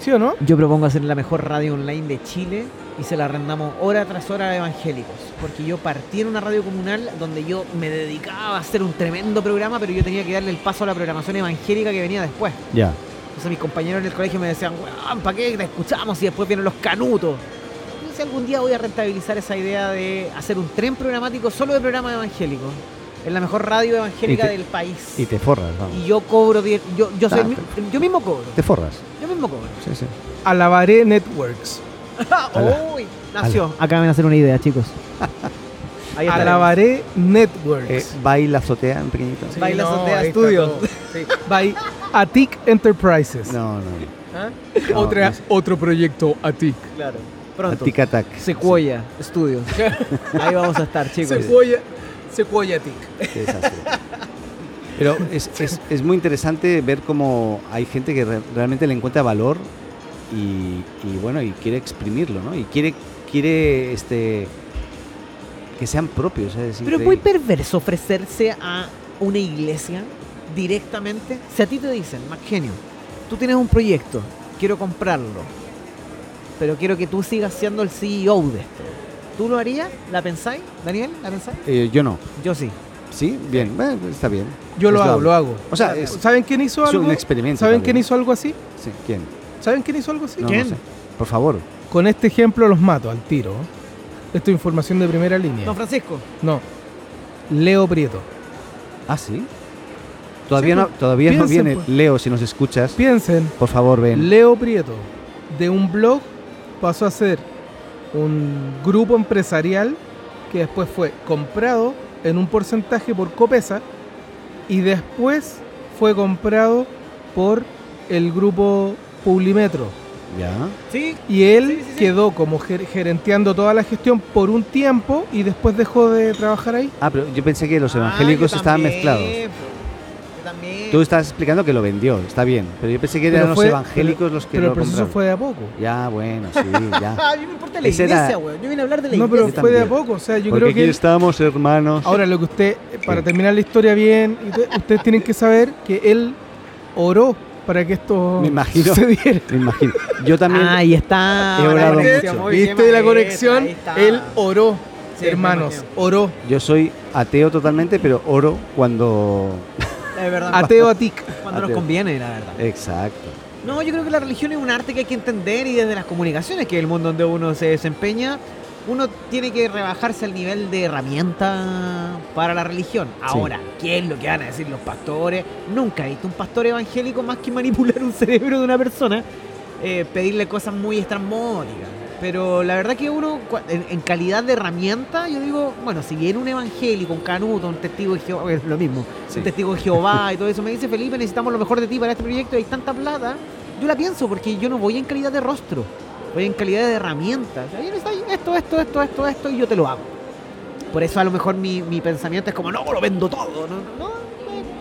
¿Sí o no?
Yo propongo hacer la mejor radio online de Chile y se la arrendamos hora tras hora a evangélicos. Porque yo partí en una radio comunal donde yo me dedicaba a hacer un tremendo programa, pero yo tenía que darle el paso a la programación evangélica que venía después.
Ya.
Entonces mis compañeros en el colegio me decían, weón, ¿para qué te escuchamos y después vienen los canutos? Y si algún día voy a rentabilizar esa idea de hacer un tren programático solo de programas evangélicos. Es la mejor radio evangélica
Y te-
del país.
Y te forras, vamos.
Y yo cobro, die- yo, yo, soy
Ah,
el mi- yo mismo cobro,
Te forras.
yo mismo cobro. Ah,
Sí, sí.
Alabaré Networks.
Ala.
¡Uy! Nació. Acá van a hacer una idea, chicos. Ahí está.
Alabaré Networks.
Eh, va y la azotea un pequeñito.
Sí,
Baila Azotea
ahí está
Studios.
todo. Sí. By Atic Enterprises.
No, no.
¿Ah?
no,
Otra-
no es-
Otro proyecto Atic.
Claro. Pronto.
Tic-tac.
Secuoya Studios. Ahí vamos a estar, chicos.
Secuoya, Secuoya Atic.
Qué desastre. Pero es, es- es muy interesante ver cómo hay gente que re- realmente le encuentra valor y, y, bueno, y quiere exprimirlo, ¿no? Y quiere, quiere este que sean propios. es
Pero es
increíble.
muy perverso ofrecerse a una iglesia directamente. Si a ti te dicen, más genio, tú tienes un proyecto, quiero comprarlo, pero quiero que tú sigas siendo el CEO de esto. ¿Tú lo harías? ¿La pensáis, Daniel? ¿La pensáis?
Eh, yo no.
Yo sí.
¿Sí? Bien, bueno, está bien.
Yo lo
Es
hago,
loable.
lo hago.
O sea, Ah, es,
¿Saben quién hizo
es
algo?
un experimento.
¿Saben
también.
quién hizo algo así?
Sí, ¿Quién?
¿Saben quién hizo algo así?
No, no sé. Por favor.
Con este ejemplo los mato al tiro. Esto es información de primera línea.
Don Francisco,
No. Leo Prieto.
Ah, sí. Todavía,
Sí,
no,
pues,
todavía no
piensen,
viene
pues.
Leo, si nos escuchas.
Piensen,
Por favor, ven.
Leo Prieto, de un blog, pasó a ser un grupo empresarial que después fue comprado en un porcentaje por Copesa y después fue comprado por el grupo Publimetro.
Ya.
sí,
Y él
Sí, sí, sí.
quedó como ger- gerenteando toda la gestión por un tiempo y después dejó de trabajar ahí.
Ah, pero yo pensé que los
Ah,
evangélicos
yo
estaban
también,
mezclados.
po. Yo también.
Tú estás explicando que lo vendió, está bien. Pero yo pensé que
Pero
eran los
fue-
evangélicos los que
Pero
lo
el proceso
compraron.
fue de a poco.
Ya, bueno, sí, ya.
Ah, a mí me importa la
Ese era-
iglesia, weón. Yo vine a hablar de la
No, pero
iglesia.
Yo
fue de a
también.
poco. O sea, yo
Porque
creo
aquí
que él-
estamos, hermanos.
Ahora, lo que usted, eh, para
Sí.
terminar la historia bien, y te- ustedes tienen que saber que él oró para que esto
Me imagino.
sucediera.
Me imagino. Yo también.
ahí está.
He
la
orado
iglesia,
mucho.
muy bien,
¿Viste la
maestra,
conexión?
ahí está.
Él oró,
Sí, me
hermanos,
imagino.
oró.
Yo soy ateo totalmente, pero oro cuando.
Es verdad.
Ateo a tic.
Cuando nos
Ateo.
conviene, la verdad.
Exacto.
No, yo creo que la religión es un arte que hay que entender y desde las comunicaciones, que es el mundo donde uno se desempeña, uno tiene que rebajarse al nivel de herramienta para la religión. Ahora, ¿qué es lo que van a decir los pastores? Nunca he visto un pastor evangélico más que manipular un cerebro de una persona, eh, pedirle cosas muy estrambóticas. Pero la verdad que uno, cua- en, en calidad de herramienta, yo digo, bueno, si viene un evangélico, un canuto, un testigo de Jehová, es lo mismo,
Sí.
un testigo de Jehová y todo eso, me dice, Felipe, necesitamos lo mejor de ti para este proyecto, hay tanta plata, yo la pienso porque yo no voy en calidad de rostro, voy en calidad de herramientas. Ahí está esto, esto, esto, esto, esto y yo te lo hago. Por eso a lo mejor mi, mi pensamiento es como, no, lo vendo todo. No, no, eh,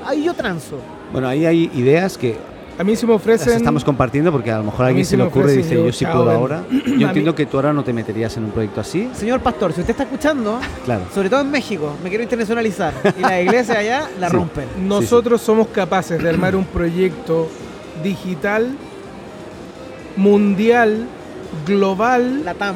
ahí yo transo.
Bueno, ahí hay ideas que
A mí se me
las
ofrecen.
estamos compartiendo porque a lo mejor a
A mí
alguien
sí
se le
me
ocurre y
ofrecen,
dice,
yo,
yo sí
chao,
puedo
ven.
ahora.
mí-
Yo entiendo que tú ahora no te meterías en un proyecto así.
Señor pastor, si usted está escuchando,
Claro.
sobre todo en México, me quiero internacionalizar. Y la iglesia allá la
Sí.
rompen.
Nosotros somos capaces de armar un proyecto digital, mundial, global,
La TAM,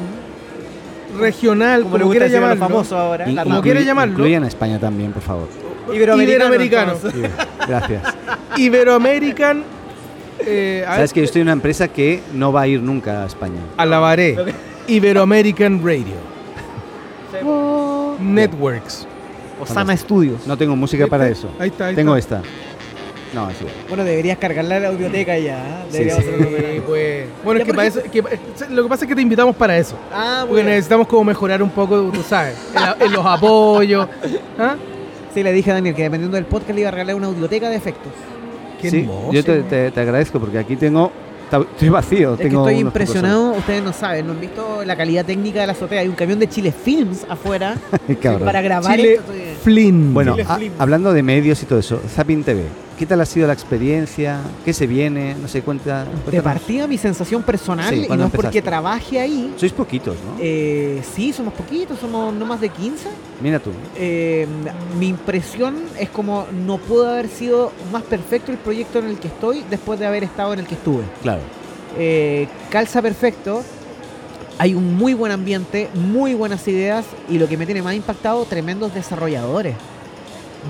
regional,
como
como,
le gusta
quiera
decir a los
llamarlo.
famosos ahora.
Y-
la
como
inclu-
TAM.
quiera llamarlo.
Incluyan a España también, por favor.
Iberoamericano.
entonces.
Sí, Gracias.
Iberoamerican. eh, a ver,
Sabes que yo estoy en una empresa que no va a ir nunca a España.
Alabaré.
Lo que-
Iberoamerican Radio. Networks.
Osama Studios.
No tengo música para eso.
Ahí está, ahí
Tengo
está.
esta. No, es igual.
Bueno, deberías cargarla a la biblioteca ya. ¿eh?
Sí,
Deberíamos hacer un
Sí,
homenaje.
pues. Bueno,
Ya,
es que,
por
para eso, que pa- lo que pasa es que te invitamos para eso.
Ah,
Porque
bueno.
necesitamos como mejorar un poco, tú sabes, en, la- en los apoyos. ¿Ah?
Sí, le dije a Daniel que dependiendo del podcast le iba a regalar una audioteca de efectos.
Qué
Sí,
hermoso.
yo te, te- te agradezco porque aquí tengo. ta- Estoy vacío.
es que
tengo
estoy
unos pocos soles.
impresionado, ustedes no saben, no han visto la calidad técnica de la azotea. Hay un camión de Chile Films afuera
Qué cabrón.
para grabar
Chile
esto. estoy-
Flynn.
Bueno,
Chile
a-
Slim.
hablando de medios y todo eso, Zapping TV, ¿qué tal ha sido la experiencia? ¿Qué se viene? No sé, cuenta.
De
cuéntanos.
partida mi sensación personal,
Sí,
y no
¿cuándo
es porque
empezaste?
trabaje ahí.
Sois poquitos, ¿no?
eh, sí, somos poquitos, somos no más de 15.
Mira tú.
Eh, mi impresión es como no pudo haber sido más perfecto el proyecto en el que estoy después de haber estado en el que estuve.
Claro.
Eh, calza perfecto. Hay un muy buen ambiente, muy buenas ideas y lo que me tiene más impactado, tremendos desarrolladores.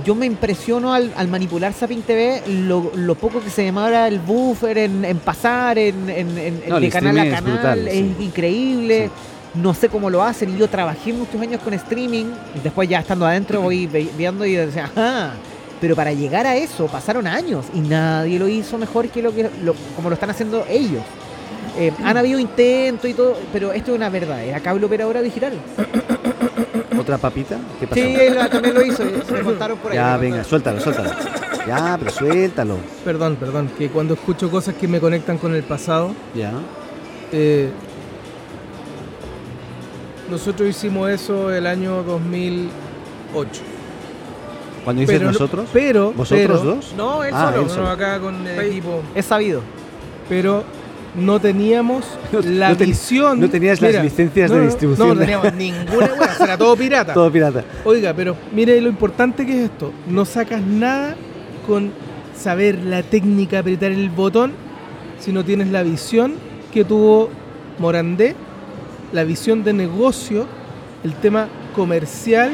Yo me impresiono al, al manipular Sapin TV lo, lo poco que se demora el buffer en, en pasar, en, en- en-
No,
de
el
canal
streaming
a
es
canal,
brutal,
es
sí.
increíble. No sé cómo lo hacen y yo trabajé muchos años con streaming. y Después ya estando adentro voy ve- viendo y decía, ajá. Pero para llegar a eso pasaron años y nadie lo hizo mejor que lo que lo- como lo están haciendo ellos. Eh, han habido intentos y todo, pero esto es una verdadera cable operadora digital.
¿Otra papita? ¿Qué pasó?
Sí, la- también lo hizo, eh, se me contaron por ahí.
ya,
me
venga,
contaron.
suéltalo, suéltalo. Ya, pero suéltalo.
Perdón, perdón, que cuando escucho cosas que me conectan con el pasado,
Ya.
eh, nosotros hicimos eso el año 2008.
Cuando dices
Pero no-
nosotros,
Pero,
¿vosotros
pero-
dos?
No, él
Ah,
solo,
él
uno
solo.
acá con el equipo.
Es sabido.
Pero no teníamos
No-
la
no ten-
visión.
no tenías las licencias de distribución.
No, no teníamos ninguna, bueno, era todo pirata.
todo pirata.
Oiga, pero mire lo importante que es esto. No sacas nada con saber la técnica, apretar el botón, si no tienes la visión que tuvo Morandé, la visión de negocio, el tema comercial,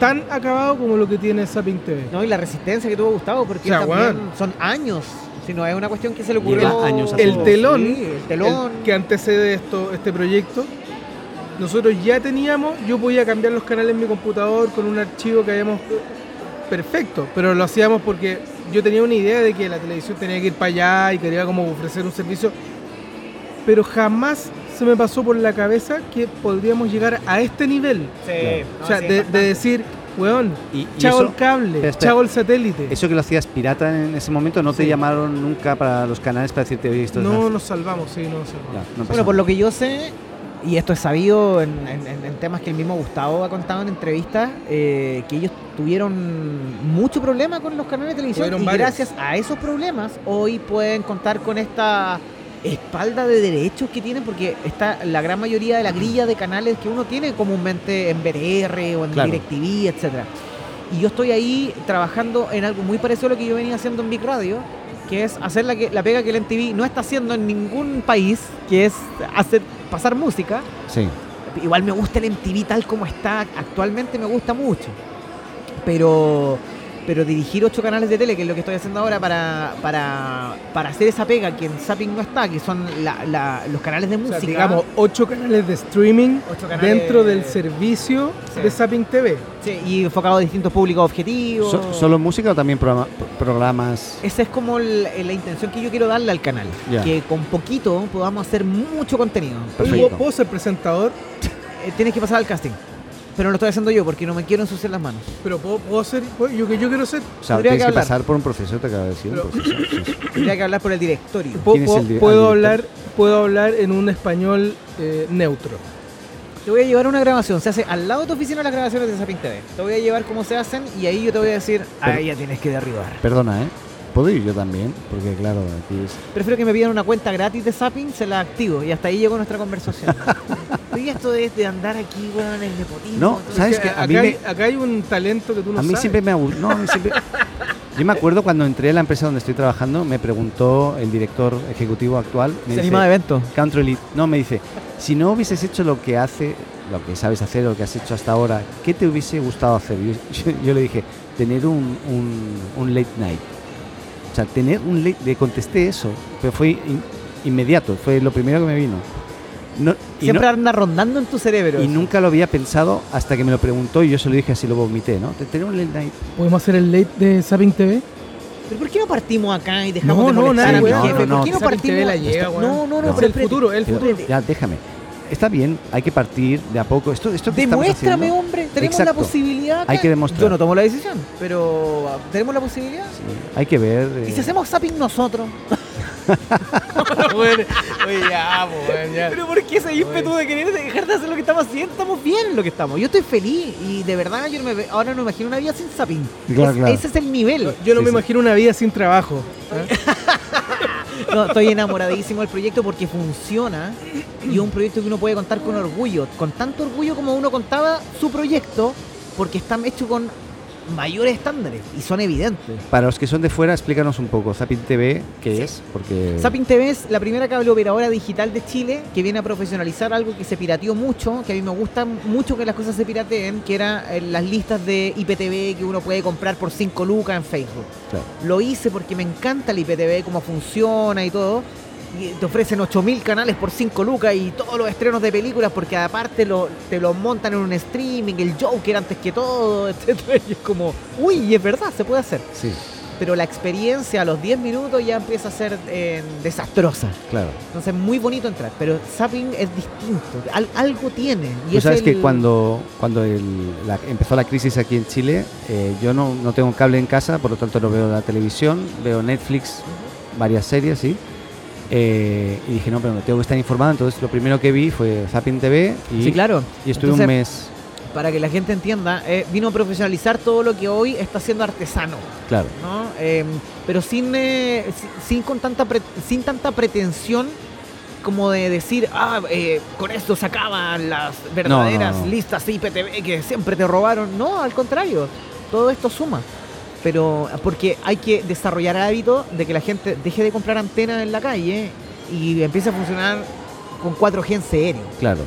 tan acabado como lo que tiene Zapping TV.
No, y la resistencia que tuvo Gustavo, porque
O sea,
también
weón.
son años. Si no, es una cuestión que se le ocurrió.
Lleva años
El
haciendo.
telón,
Sí, el telón.
el que antecede esto, este proyecto, nosotros ya teníamos, yo podía cambiar los canales en mi computador con un archivo que habíamos perfecto, pero lo hacíamos porque yo tenía una idea de que la televisión tenía que ir para allá y quería como ofrecer un servicio, pero jamás se me pasó por la cabeza que podríamos llegar a este nivel.
Sí, no,
o sea,
sí,
de, de
bastante.
decir, weón,
Y, y
chao
eso,
el cable,
Espera, espera.
chao el satélite.
eso que lo hacías pirata en ese momento, ¿no te
Sí.
llamaron nunca para los canales para decirte, oye, esto
no
es...
nos salvamos, sí, no nos salvamos.
Ya, no pasa
Bueno, por
nada.
lo que yo sé, y esto es sabido en, en- en- en temas que el mismo Gustavo ha contado en entrevistas, eh, que ellos tuvieron mucho problema con los canales de televisión
Tuvieron
y
varios.
gracias a esos problemas hoy pueden contar con esta espalda de derechos que tienen porque está la gran mayoría de la grilla de canales que uno tiene comúnmente en BR o en
Claro.
DirecTV, etcétera. Y yo estoy ahí trabajando en algo muy parecido a lo que yo venía haciendo en Big Radio, que es hacer la, que, la pega que el MTV no está haciendo en ningún país, que es hacer pasar música.
Sí.
Igual me gusta el MTV tal como está actualmente, me gusta mucho. Pero, pero dirigir ocho canales de tele, que es lo que estoy haciendo ahora para, para, para hacer esa pega que en Zapping no está, que son la- la- los canales de
O
música.
sea, digamos, ocho canales de streaming
Ocho canales-
dentro del servicio
Sí.
de Zapping TV.
Sí, y enfocado a distintos públicos objetivos.
So- ¿Solo música o también programa- programas?
Eh,
Esa es como el- la intención que yo quiero darle al canal.
Ya.
Que con poquito podamos hacer mucho contenido.
Oye,
Perfecto.
¿Puedo ser presentador?
Eh, tienes que pasar al casting. Pero lo estoy haciendo yo porque no me quiero ensuciar las manos.
Pero puedo, puedo ser, puedo- yo que yo quiero ser,
O sea,
Habría
tienes
que
que,
hablar.
pasar por un proceso, te acabo de decir. un
Pero-
proceso, sí, sí.
Tendría que hablar por el directorio.
po-
¿Quién es
po-
el di-
puedo
al director?
hablar, puedo hablar en un español eh, neutro.
Te voy a llevar a una grabación. Se hace al lado de tu oficina las grabaciones de Zapping TV. Te voy a llevar cómo se hacen y ahí yo te voy a decir,
Pero-
ahí ya tienes que derribar.
Perdona, ¿eh? ¿Puedo ir yo también? Porque claro, aquí es...
Prefiero que me pidan una cuenta gratis de Zapping, se la activo y hasta ahí llegó nuestra conversación. y esto es de andar aquí, weón, el nepotismo.
No,
todo
¿sabes qué?
Que
A
acá,
mí,
hay,
me,
acá hay un talento que tú no
a mí
sabes.
siempre me aburre. No, a mí siempre... Yo me acuerdo cuando entré a la empresa donde estoy trabajando, me preguntó el director ejecutivo actual, me
Se
dice,
anima de evento.
Country Lead, no, me dice, si no hubieses hecho lo que hace, lo que sabes hacer, lo que has hecho hasta ahora, ¿qué te hubiese gustado hacer? Yo, yo- yo le dije, tener un, un- un late night. O sea, tener un late, le contesté eso, pero fue in- inmediato, fue lo primero que me vino. No, y no-
Siempre anda rondando en tu cerebro.
Y nunca lo había pensado hasta que me lo preguntó y yo se lo dije así, lo vomité, ¿no? Te- Tener un late night.
¿Podemos hacer el late de Zapping TV?
¿Pero por qué no partimos acá y dejamos
No,
de
no,
molestar
nada,
a mi
no,
jefe?
no,
¿Por
no.
qué no
Zapping TV
partimos?
la lleva,
no,
weón.
no, no,
No.
pero
el
espérate.
futuro, el
Pero,
futuro.
ya, déjame. Está bien, hay que partir de a poco. Esto, esto que estamos
Demuéstrame,
haciendo-
hombre. Tenemos la
Exacto.
posibilidad. acá.
Hay que demostrar.
Yo no tomo la decisión, pero ah, tenemos la posibilidad.
Sí, hay que ver.
¿Y
eh,
si hacemos zapping nosotros? Ah, pues, Pero ¿por qué ese ímpetu de querer dejar de hacer lo que estamos haciendo? Estamos bien en lo que estamos. Yo estoy feliz y de verdad yo no me ve- ahora no me imagino una vida sin zapping.
Claro,
Es-
claro.
Ese es el nivel.
Yo no
Sí,
me
sí.
imagino una vida sin trabajo.
No, estoy enamoradísimo del proyecto porque funciona y es un proyecto que uno puede contar con orgullo, con tanto orgullo como uno contaba su proyecto porque está hecho con mayores estándares y son evidentes.
Para los que son de fuera, explícanos un poco. Zapping TV, ¿qué
Sí.
es? Porque.
Zapping TV es la primera cable operadora digital de Chile que viene a profesionalizar algo que se pirateó mucho, que a mí me gusta mucho que las cosas se pirateen, que era eh, las listas de IPTV que uno puede comprar por 5 lucas en Facebook.
Claro.
Lo hice porque me encanta el IPTV, cómo funciona y todo. Y te ofrecen 8000 canales por 5 lucas y todos los estrenos de películas porque aparte lo, te los montan en un streaming, el Joker antes que todo, etcétera. Y es como, uy, y es verdad, se puede hacer
Sí,
pero la experiencia a los 10 minutos ya empieza a ser eh, desastrosa.
claro.
Entonces es muy bonito entrar, pero Zapping es distinto, al- algo tiene. Y
Tú
es
Pues sabes que
el-
cuando, cuando el- la- empezó la crisis aquí en Chile, eh, yo no, no tengo cable en casa, por lo tanto no veo la televisión, veo Netflix, varias series, sí. Eh, y dije, no, pero tengo que estar informado. Entonces lo primero que vi fue Zapping TV y,
Sí, claro.
y estuve
Entonces,
un mes.
Para que la gente entienda, eh, vino a profesionalizar todo lo que hoy está siendo artesano,
Claro,
¿no? Eh, pero sin, eh, si- sin, con tanta pre- sin tanta pretensión como de decir, ah, eh, con esto se acaban las verdaderas
no.
listas IPTV que siempre te robaron. No, al contrario, todo esto suma. Pero porque hay que desarrollar el hábito de que la gente deje de comprar antenas en la calle y empiece a funcionar con 4G en serio.
claro.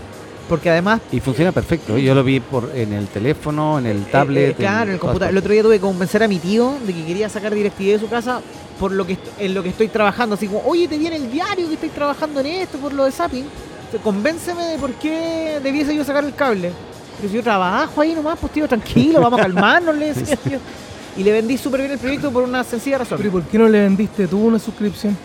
Porque además
Y funciona perfecto. Yo lo vi por, en el teléfono, en el
Eh,
tablet.
eh, claro, en el
todas
computador. El
partes.
otro día tuve que convencer a mi tío de que quería sacar DirecTV de su casa por lo que est- en lo que estoy trabajando. Así como, oye, te viene el diario que estoy trabajando en esto, por lo de Zapping. Te- Convénceme de por qué debiese yo sacar el cable. Pero si yo trabajo ahí nomás, pues tío, tranquilo, vamos a calmarnos, le decía yo. Y le vendí súper bien el proyecto por una sencilla razón.
Pero ¿y por qué no le vendiste tú una suscripción?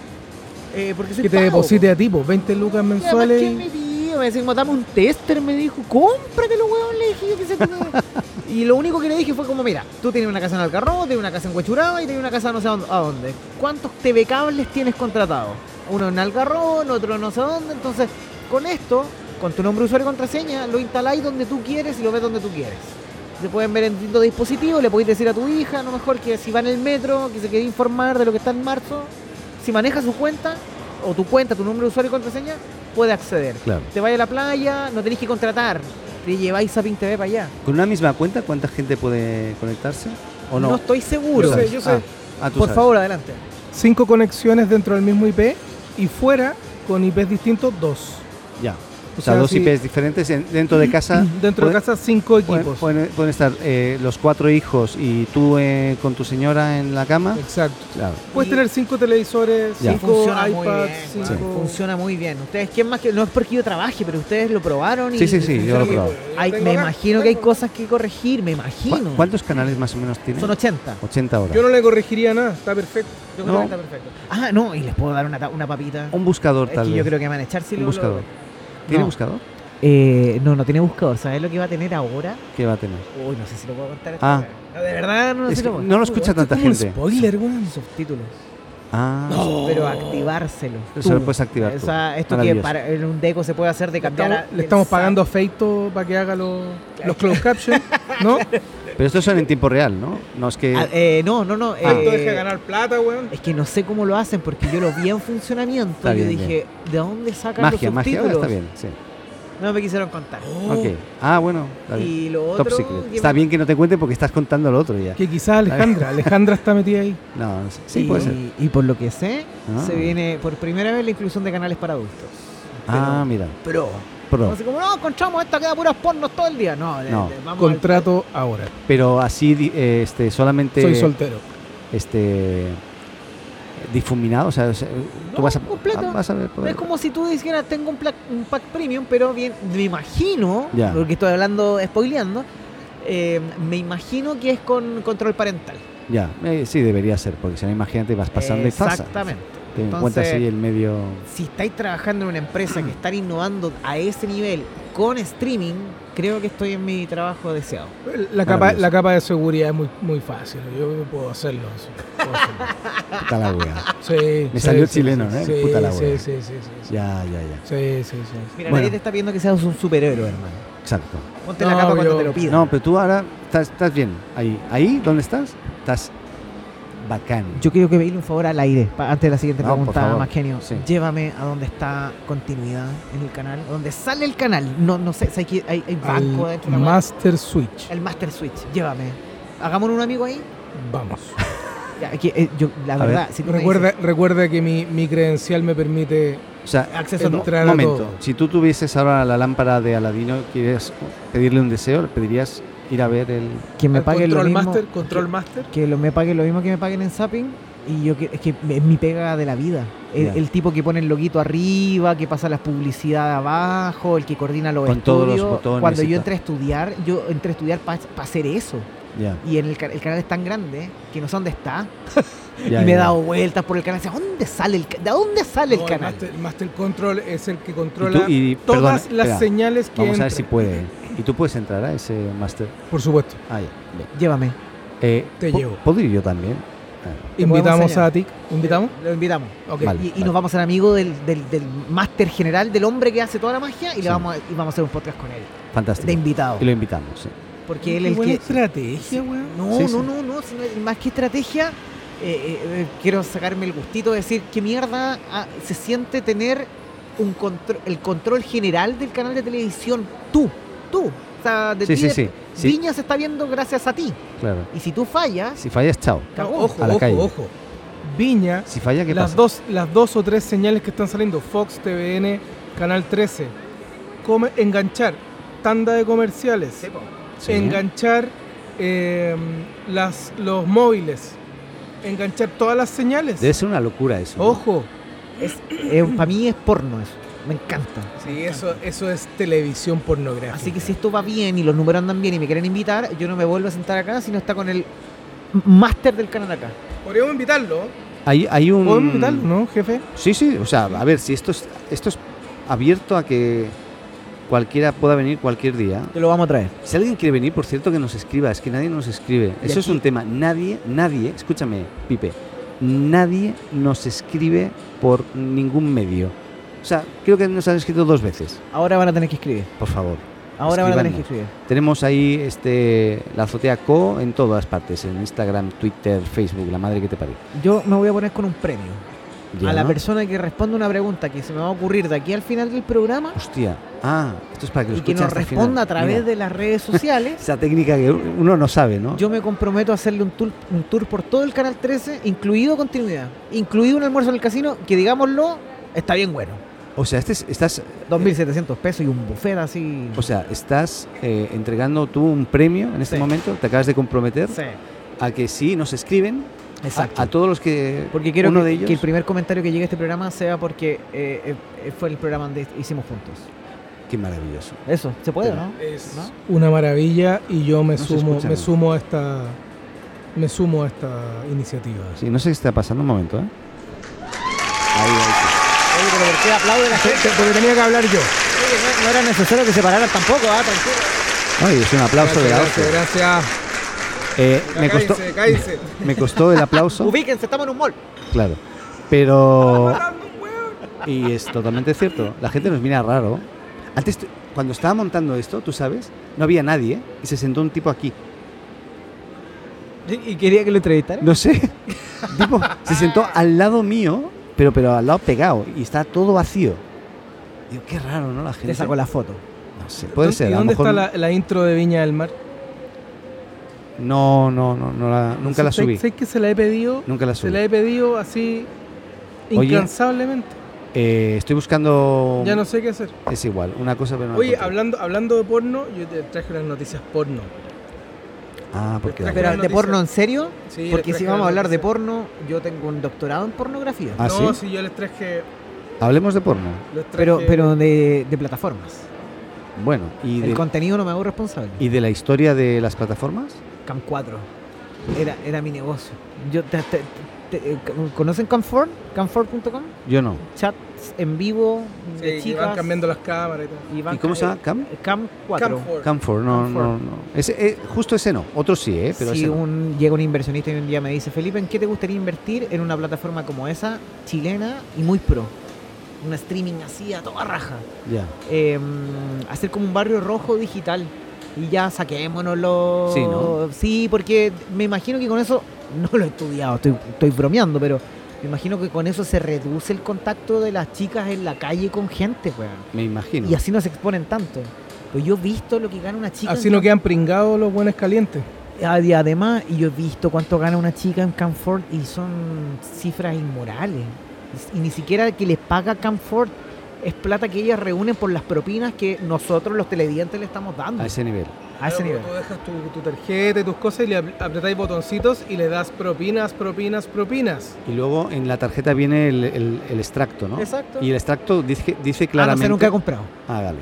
Eh, porque soy
Que te
pavo,
deposite a ti, pues, 20 lucas
Y además,
mensuales.
¿qué
y-
me dijo? Me decía, como, dame un tester, me dijo, cómpratelo, weón, le dije yo que se te... Y lo único que le dije fue como, mira, tú tienes una casa en Alcarro, tienes una casa en Huechuraba y tienes una casa no sé a dónde- a dónde. ¿Cuántos TV cables tienes contratados? Uno en Alcarrón, otro no sé dónde. Entonces, con esto, con tu nombre de usuario y contraseña, lo instaláis donde tú quieres y lo ves donde tú quieres. Se pueden ver en distintos dispositivos, le podéis decir a tu hija, a lo mejor que si va en el metro, que se quiere informar de lo que está en marzo, si maneja su cuenta, o tu cuenta, tu nombre de usuario y contraseña, puede acceder.
Claro.
Te vaya a la playa, no tenéis que contratar, te lleváis a Pink TV para allá.
¿Con una misma cuenta cuánta gente puede conectarse? ¿O no?
No estoy seguro.
Tú
Yo sé,
sabes.
yo sé.
Ah, ah, tú
Por
sabes.
favor, adelante.
Cinco conexiones dentro del mismo IP y fuera, con IPs distintos, dos.
Ya. O sea,
sea,
dos
si-
IPs diferentes en- dentro de casa.
Dentro de
puede-
casa, cinco
pueden-
equipos.
Pueden, pueden estar eh, los cuatro hijos y tú eh, con tu señora en la cama.
Exacto.
Claro.
Puedes
Y-
tener cinco televisores,
Ya.
cinco
Funciona muy
iPads,
bien,
Sí.
cinco...
Funciona muy bien. Ustedes, ¿quién más que.? No es porque yo trabaje, pero ustedes lo probaron y.
Sí, sí, sí, yo lo he probado.
Hay-
Tengo
me
acá,
imagino que hay
tengo.
cosas que corregir, me imagino.
¿Cu- ¿Cuántos canales más o menos tiene?
Son 80.
80 horas.
Yo no le corregiría nada, está perfecto.
Yo creo
No.
que está perfecto. Ah, no, y les puedo dar una, ta- una papita.
Un buscador
es
tal
que
vez.
Eh, yo creo que van a echar si
Un
lo- lo-
buscador. ¿Tiene
No.
buscador?
Eh, no, no tiene buscador. ¿Sabes lo que va a tener ahora?
¿Qué va a tener?
Uy, no sé si lo puedo contar.
Ah.
Ah. de verdad, no, sé
Es
si
que
lo puedo.
no lo escucha tanta
Como un
gente.
spoiler, weón.
Subtítulos.
Ah,
Pero activárselo.
eso
tú.
lo puedes activar. tú.
Esa- esto que
Maravilloso.
para, en un deco se puede hacer de
Le
cambiar. a-
estamos, le
del
estamos
sa-
pagando a Feito para que haga los, los closed captions, ¿no? Ah.
Pero estos son en tiempo real, ¿no? No es que.
Ah, eh, no, no, no. eh,
Feito deja de ganar plata, weón.
Es que no sé cómo lo hacen porque yo lo vi en funcionamiento
Está
y yo
bien,
dije, ¿de dónde sacan
magia,
los
magia.
subtítulos?
Ahora está bien, sí.
No me quisieron contar.
Ok. Ah, bueno. Está bien.
Y lo
Top
otro.
secret.
que
Está
me-
bien que no te cuente porque estás contando lo otro ya.
Que quizás Alejandra, Alejandra está metida ahí.
No, no sé. sí,
y,
puede ser.
y por lo que sé,
Ah.
se viene por primera vez la inclusión de canales para adultos.
Ah, mira.
Pero.
Pro.
Así como, no, encontramos esta que da puros pornos todo el día. No, de-
No.
de- vamos al-
Contrato ahora.
Pero así, di- eh, este, solamente.
Soy soltero.
Este. Difuminado, o sea, o sea, tú
No,
vas a.
completo.
ah, Vas a ver. por-
Es como si tú dijeras, tengo un, pla- un pack premium, pero bien, me imagino,
Ya.
porque estoy hablando, spoileando, eh, me imagino que es con control parental.
Ya, eh, sí, debería ser, porque si no, imagínate, vas pasando y pasa.
Exactamente.
Te
Entonces-
encuentras ahí el medio.
Si estáis trabajando en una empresa que están innovando a ese nivel con streaming, creo que estoy en mi trabajo deseado.
La capa,
Maravilloso.
la capa de seguridad es muy, muy fácil. Yo puedo hacerlo. sí, puedo hacerlo.
Puta la wea.
Sí,
Me
sí,
salió
sí,
chileno,
sí,
¿eh?
Sí,
Puta la
sí,
wea.
sí, sí, sí, sí.
Ya, ya, ya.
Sí, sí, sí.
Mira,
Bueno.
nadie te está viendo que seas un superhéroe, hermano.
Exacto.
Ponte
No,
la capa cuando
yo-
te lo pidan.
No, pero tú ahora estás, estás bien. Ahí, ahí, ¿dónde estás? Estás bacán.
Yo quiero que pedirle un favor al aire, pa- antes de la siguiente
No, por
pregunta,
favor.
más genio.
Sí.
Llévame a donde está continuidad en el canal, a donde sale el canal. No, no sé, sé que hay, hay banco
Al
dentro de la web.
Master Switch.
El Master Switch, llévame. Hagámonos un amigo ahí.
Vamos.
Ya, aquí, eh, yo, la
A
verdad, si tú me
Recuerda, recuerda que mi, mi credencial me permite
O sea,
dices, acceso no.
entrar
un
a
momento.
todo.
Si tú tuvieses ahora la lámpara de Aladino, quieres pedirle un deseo, le pedirías ir a ver el.
Que me
Al
paguen lo
control
mismo.
master, control master.
Que lo, me paguen lo mismo que me paguen en Zapping. Y yo que, es que es mi pega de la vida. El,
Ya.
el tipo que pone el loguito arriba, que pasa las publicidades abajo, el que coordina los
Con todos los
estudios.
botones
Cuando
y
yo
tal.
entré a estudiar, yo entré a estudiar para hacer eso.
Ya,
Y en el, ca- el canal es tan grande que no sé dónde está.
ya,
y me he
ya.
dado vueltas por el canal. decía, ¿Dónde sale el, ca- ¿De dónde sale
No,
el canal?
master, el master Control es el que
Y tú-
controla
y- perdona,
todas las
espera,
señales que
Vamos a ver si
entran.
puede. ¿Y tú puedes entrar a ese máster?
Por supuesto.
Ah, ya. bien.
Llévame.
Eh,
Te
po-
llevo.
¿Puedo ir yo también? Ah,
Te podemos
Invitamos
enseñar.
a TIC. ¿Invitamos?
Lo invitamos.
Ok.
Vale.
Y, y nos vamos a ser amigos del, del, del máster general, del hombre que hace toda la magia, y,
Sí.
le vamos a, y vamos a hacer un podcast con él,
fantástico.
de invitado.
Y lo invitamos, ¿eh? sí.
Porque él
Qué
es el
buena
que...
estrategia, weón.
No,
Sí,
no,
sí.
no, no, sino el- más que estrategia, eh, eh, eh, quiero sacarme el gustito de decir qué mierda ah, se siente tener un contro- el control general del canal de televisión. Tú, tú. O sea, de
Sí,
ti
sí,
de-
sí. sí
Viña se está viendo gracias a ti.
claro.
Y si tú fallas,
Si fallas, chao.
cagó.
Ojo,
A la
ojo,
calle.
ojo. Viña,
Si falla, ¿qué
las
pasa?
dos, las dos o tres señales que están saliendo, Fox, TVN, Canal 13, come- enganchar, tanda de comerciales,
Sí, po.
Sí.
enganchar eh, las, los móviles, enganchar todas las señales.
Debe ser una locura eso. ¿no?
Ojo, es, eh, para mí es porno eso. Me encanta.
Sí, eso, eso es televisión pornográfica.
Así que si esto va bien y los números andan bien y me quieren invitar, yo no me vuelvo a sentar acá si no está con el máster del canal acá.
Podríamos invitarlo.
Hay, hay un.
Podemos invitarlo, ¿no, jefe?
Sí, sí, o sea, a ver, si esto es, esto es abierto a que cualquiera pueda venir cualquier día.
Te lo vamos a traer.
Si alguien quiere venir, por cierto, que nos escriba, es que nadie nos escribe.
Y
Eso es
aquí-
un tema. Nadie, nadie, escúchame, Pipe, nadie nos escribe por ningún medio. O sea, creo que nos han escrito dos veces,
Ahora van a tener que escribir.
por favor.
Ahora van a tener que escribir.
Tenemos ahí este la azotea Co en todas partes, en Instagram, Twitter, Facebook, la madre que te parió.
Yo me voy a poner con un premio.
Ya.
A la persona que responda una pregunta que se me va a ocurrir de aquí al final del programa
Hostia, ah, esto es para que lo
y que
escuchen
nos
hasta el
responda
final.
a través
Mira,
de las redes sociales,
esa técnica que uno no sabe, ¿no?
yo me comprometo a hacerle un tour, un tour por todo el canal 13, incluido continuidad, incluido un almuerzo en el casino, que digámoslo, está bien bueno.
O sea, este es- estás
2.700 pesos y un buffet así.
O sea, estás eh, entregando tú un premio en este
Sí.
momento, te acabas de comprometer
Sí,
a que sí nos escriben a,
exacto.
a todos los que
porque quiero
Ah, uno
que,
de ellos.
que el primer comentario que llegue a este programa sea porque eh, eh, eh, fue el programa donde hicimos juntos.
Qué maravilloso.
Eso, se puede, ¿no? Eh,
Es
¿No?
una maravilla y yo me
No se
sumo,
escucha
me
nada.
sumo a esta. Me sumo a esta iniciativa.
Sí, no sé qué está pasando un momento, ¿eh? Ahí, ahí.
Oye, pero ¿por qué aplaude la gente?
Porque tenía que hablar yo.
Oye, no, no era necesario que se pararan tampoco, ¿ah? Tranquilo.
Ay, es un aplauso de la
gracias,
hostia.
gracias.
Eh, me
Cállese,
costó,
cállese.
me costó el aplauso,
Ubíquense, estamos en un mall.
claro. Pero y es totalmente cierto. La gente nos mira raro. Antes, t- cuando estaba montando esto, tú sabes, no había nadie y se sentó un tipo aquí.
¿Y quería que lo entrevistaran?
No sé. Tipo, se sentó
Ah.
al lado mío, pero, pero al lado pegado. Y está todo vacío. Digo, qué raro, ¿no? La gente.
Le sacó la foto.
No sé, puede
¿Dó-
ser.
¿Y
a lo
dónde
mejor-
está la, la intro de Viña del Mar?
No, no, no, no la- nunca la
Sé-
subí.
Sé que se la he pedido.
Nunca la
Se la
subí.
he pedido así
Oye.
incansablemente.
Eh, estoy buscando.
Ya no sé qué hacer.
Es igual, una cosa, pero no. la
Oye,
encuentro.
hablando, hablando de porno, yo te traje unas noticias porno.
Ah, porque.
Espera,
Pero, ¿de
noticia.
porno en serio?
Sí,
Porque
les
si
traje
vamos a
las
hablar de
noticias.
porno, yo tengo un doctorado en pornografía.
¿Ah,
no,
sí?
si yo les traje.
Hablemos de porno.
les traje-
Pero, pero de, de plataformas.
Bueno, y
El
de,
contenido no me hago responsable.
y de la historia de las plataformas.
Cam 4. Era, era mi negocio. Yo te- te- te- eh, ¿Conocen Camford? Camford.com.
Yo no.
Chats en vivo
Sí,
de
que van
chicas.
cambiando las cámaras y todo.
y van
¿Y cómo se llama? ¿Cam?
ca- Cam 4.
Camfor.
Camfor, no,
Camfor.
no, no. Ese, eh, justo ese no. Otro sí, ¿eh? Pero
si
ese no.
un, llega un inversionista y un día me dice, Felipe, ¿en qué te gustaría invertir en una plataforma como esa, chilena y muy pro? Una streaming así a toda raja.
Ya.
Eh, hacer como un barrio rojo digital. Y ya saquémonoslo.
Sí, ¿no?
Sí, porque me imagino que con eso, no lo he estudiado, estoy, estoy bromeando, pero me imagino que con eso se reduce el contacto de las chicas en la calle con gente, weón.
Me imagino.
Y así no se exponen tanto. Pues yo he visto lo que gana una chica.
Así
en
no quedan pringados los buenos calientes.
Ah, Y además, y yo he visto cuánto gana una chica en Canford y son cifras inmorales. Y ni siquiera que les paga Canford es plata que ellas reúnen por las propinas que nosotros los televidentes le estamos dando.
A ese nivel.
A ese nivel.
Tú dejas tu, tu tarjeta y tus cosas y le apl- apretáis botoncitos y le das propinas, propinas, propinas.
Y luego en la tarjeta viene el, el- el extracto, ¿no?
Exacto.
Y el extracto dice, dice
Claramente.
claramente.
Ah, nunca he comprado.
Ah, vale.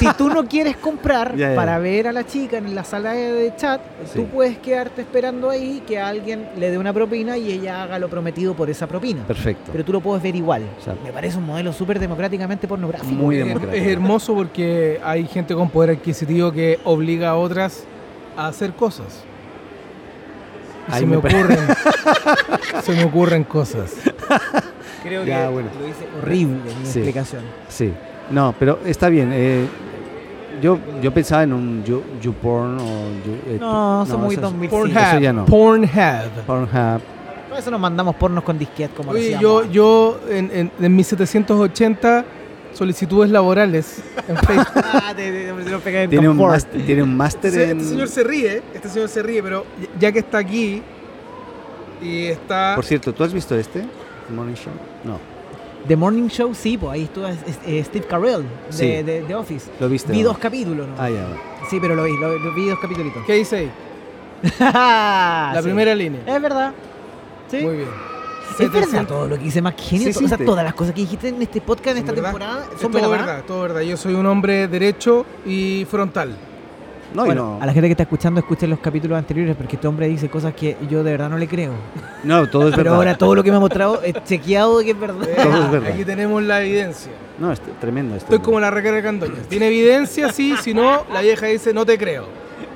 si tú no quieres comprar
Ya, ya, ya.
para ver a la chica en la sala de, de chat,
Sí.
tú puedes quedarte esperando ahí que alguien le dé una propina y ella haga lo prometido por esa propina.
Perfecto.
Pero tú lo puedes ver igual.
Exacto.
Me parece un modelo súper democráticamente pornográfico.
Muy
Es-
democrático.
Es hermoso porque hay gente con poder adquisitivo que obliga a otras a hacer cosas. Y
Ahí
se
me
me
pare-
ocurren. se me ocurren cosas.
Creo
Ya, bueno.
lo hice horrible en mi
Sí.
explicación.
Sí. No, pero está bien. eh, yo, yo pensaba en un you- YouPorn o. You, eh,
No,
tu-
son muy
eso es-
2005.
Pornhub.
ya no.
Pornhub.
Pornhub.
Por eso nos mandamos pornos con disquet como lo
Oye,
hacíamos
yo,
antes.
yo en, en, en mis 780 solicitudes laborales en Facebook.
Ah, te- te- te lo pegué en
Tiene un
confort.
máster- tiene un máster
Se-
en.
este señor se ríe, este señor se ríe, pero ya que está aquí y está...
Por cierto, ¿tú has visto este? ¿El Morning Show? No.
The Morning Show, sí, pues ahí estuvo es- es- eh, Steve Carell de,
Sí.
de, de Office.
¿Lo viste?
Vi
no?
dos capítulos, ¿no?
Ah, ya. va.
Sí, pero lo vi, lo, lo vi dos capítulos.
Ah,
¿Qué dice ahí? La primera línea.
Es verdad. Sí.
Muy bien.
Es verdad
700.
todo lo que dice más genio.
Sí,
to- o sea,
existe.
todas las cosas que dijiste en este podcast, en
Son
esta
verdad.
temporada,
Es todo
son verdad.
verdad, todo verdad. Yo soy un hombre derecho y frontal.
No, y
Bueno,
no.
A la gente que está escuchando, escuchen los capítulos anteriores porque este hombre dice cosas que yo de verdad no le creo.
No, todo es
Pero
verdad.
ahora todo lo que me ha mostrado es chequeado de que es verdad.
Todo es verdad.
Aquí tenemos la evidencia.
No, es tremendo este esto.
Estoy como la recarga Candoña. Tiene evidencia, sí, si no, la vieja dice no te creo.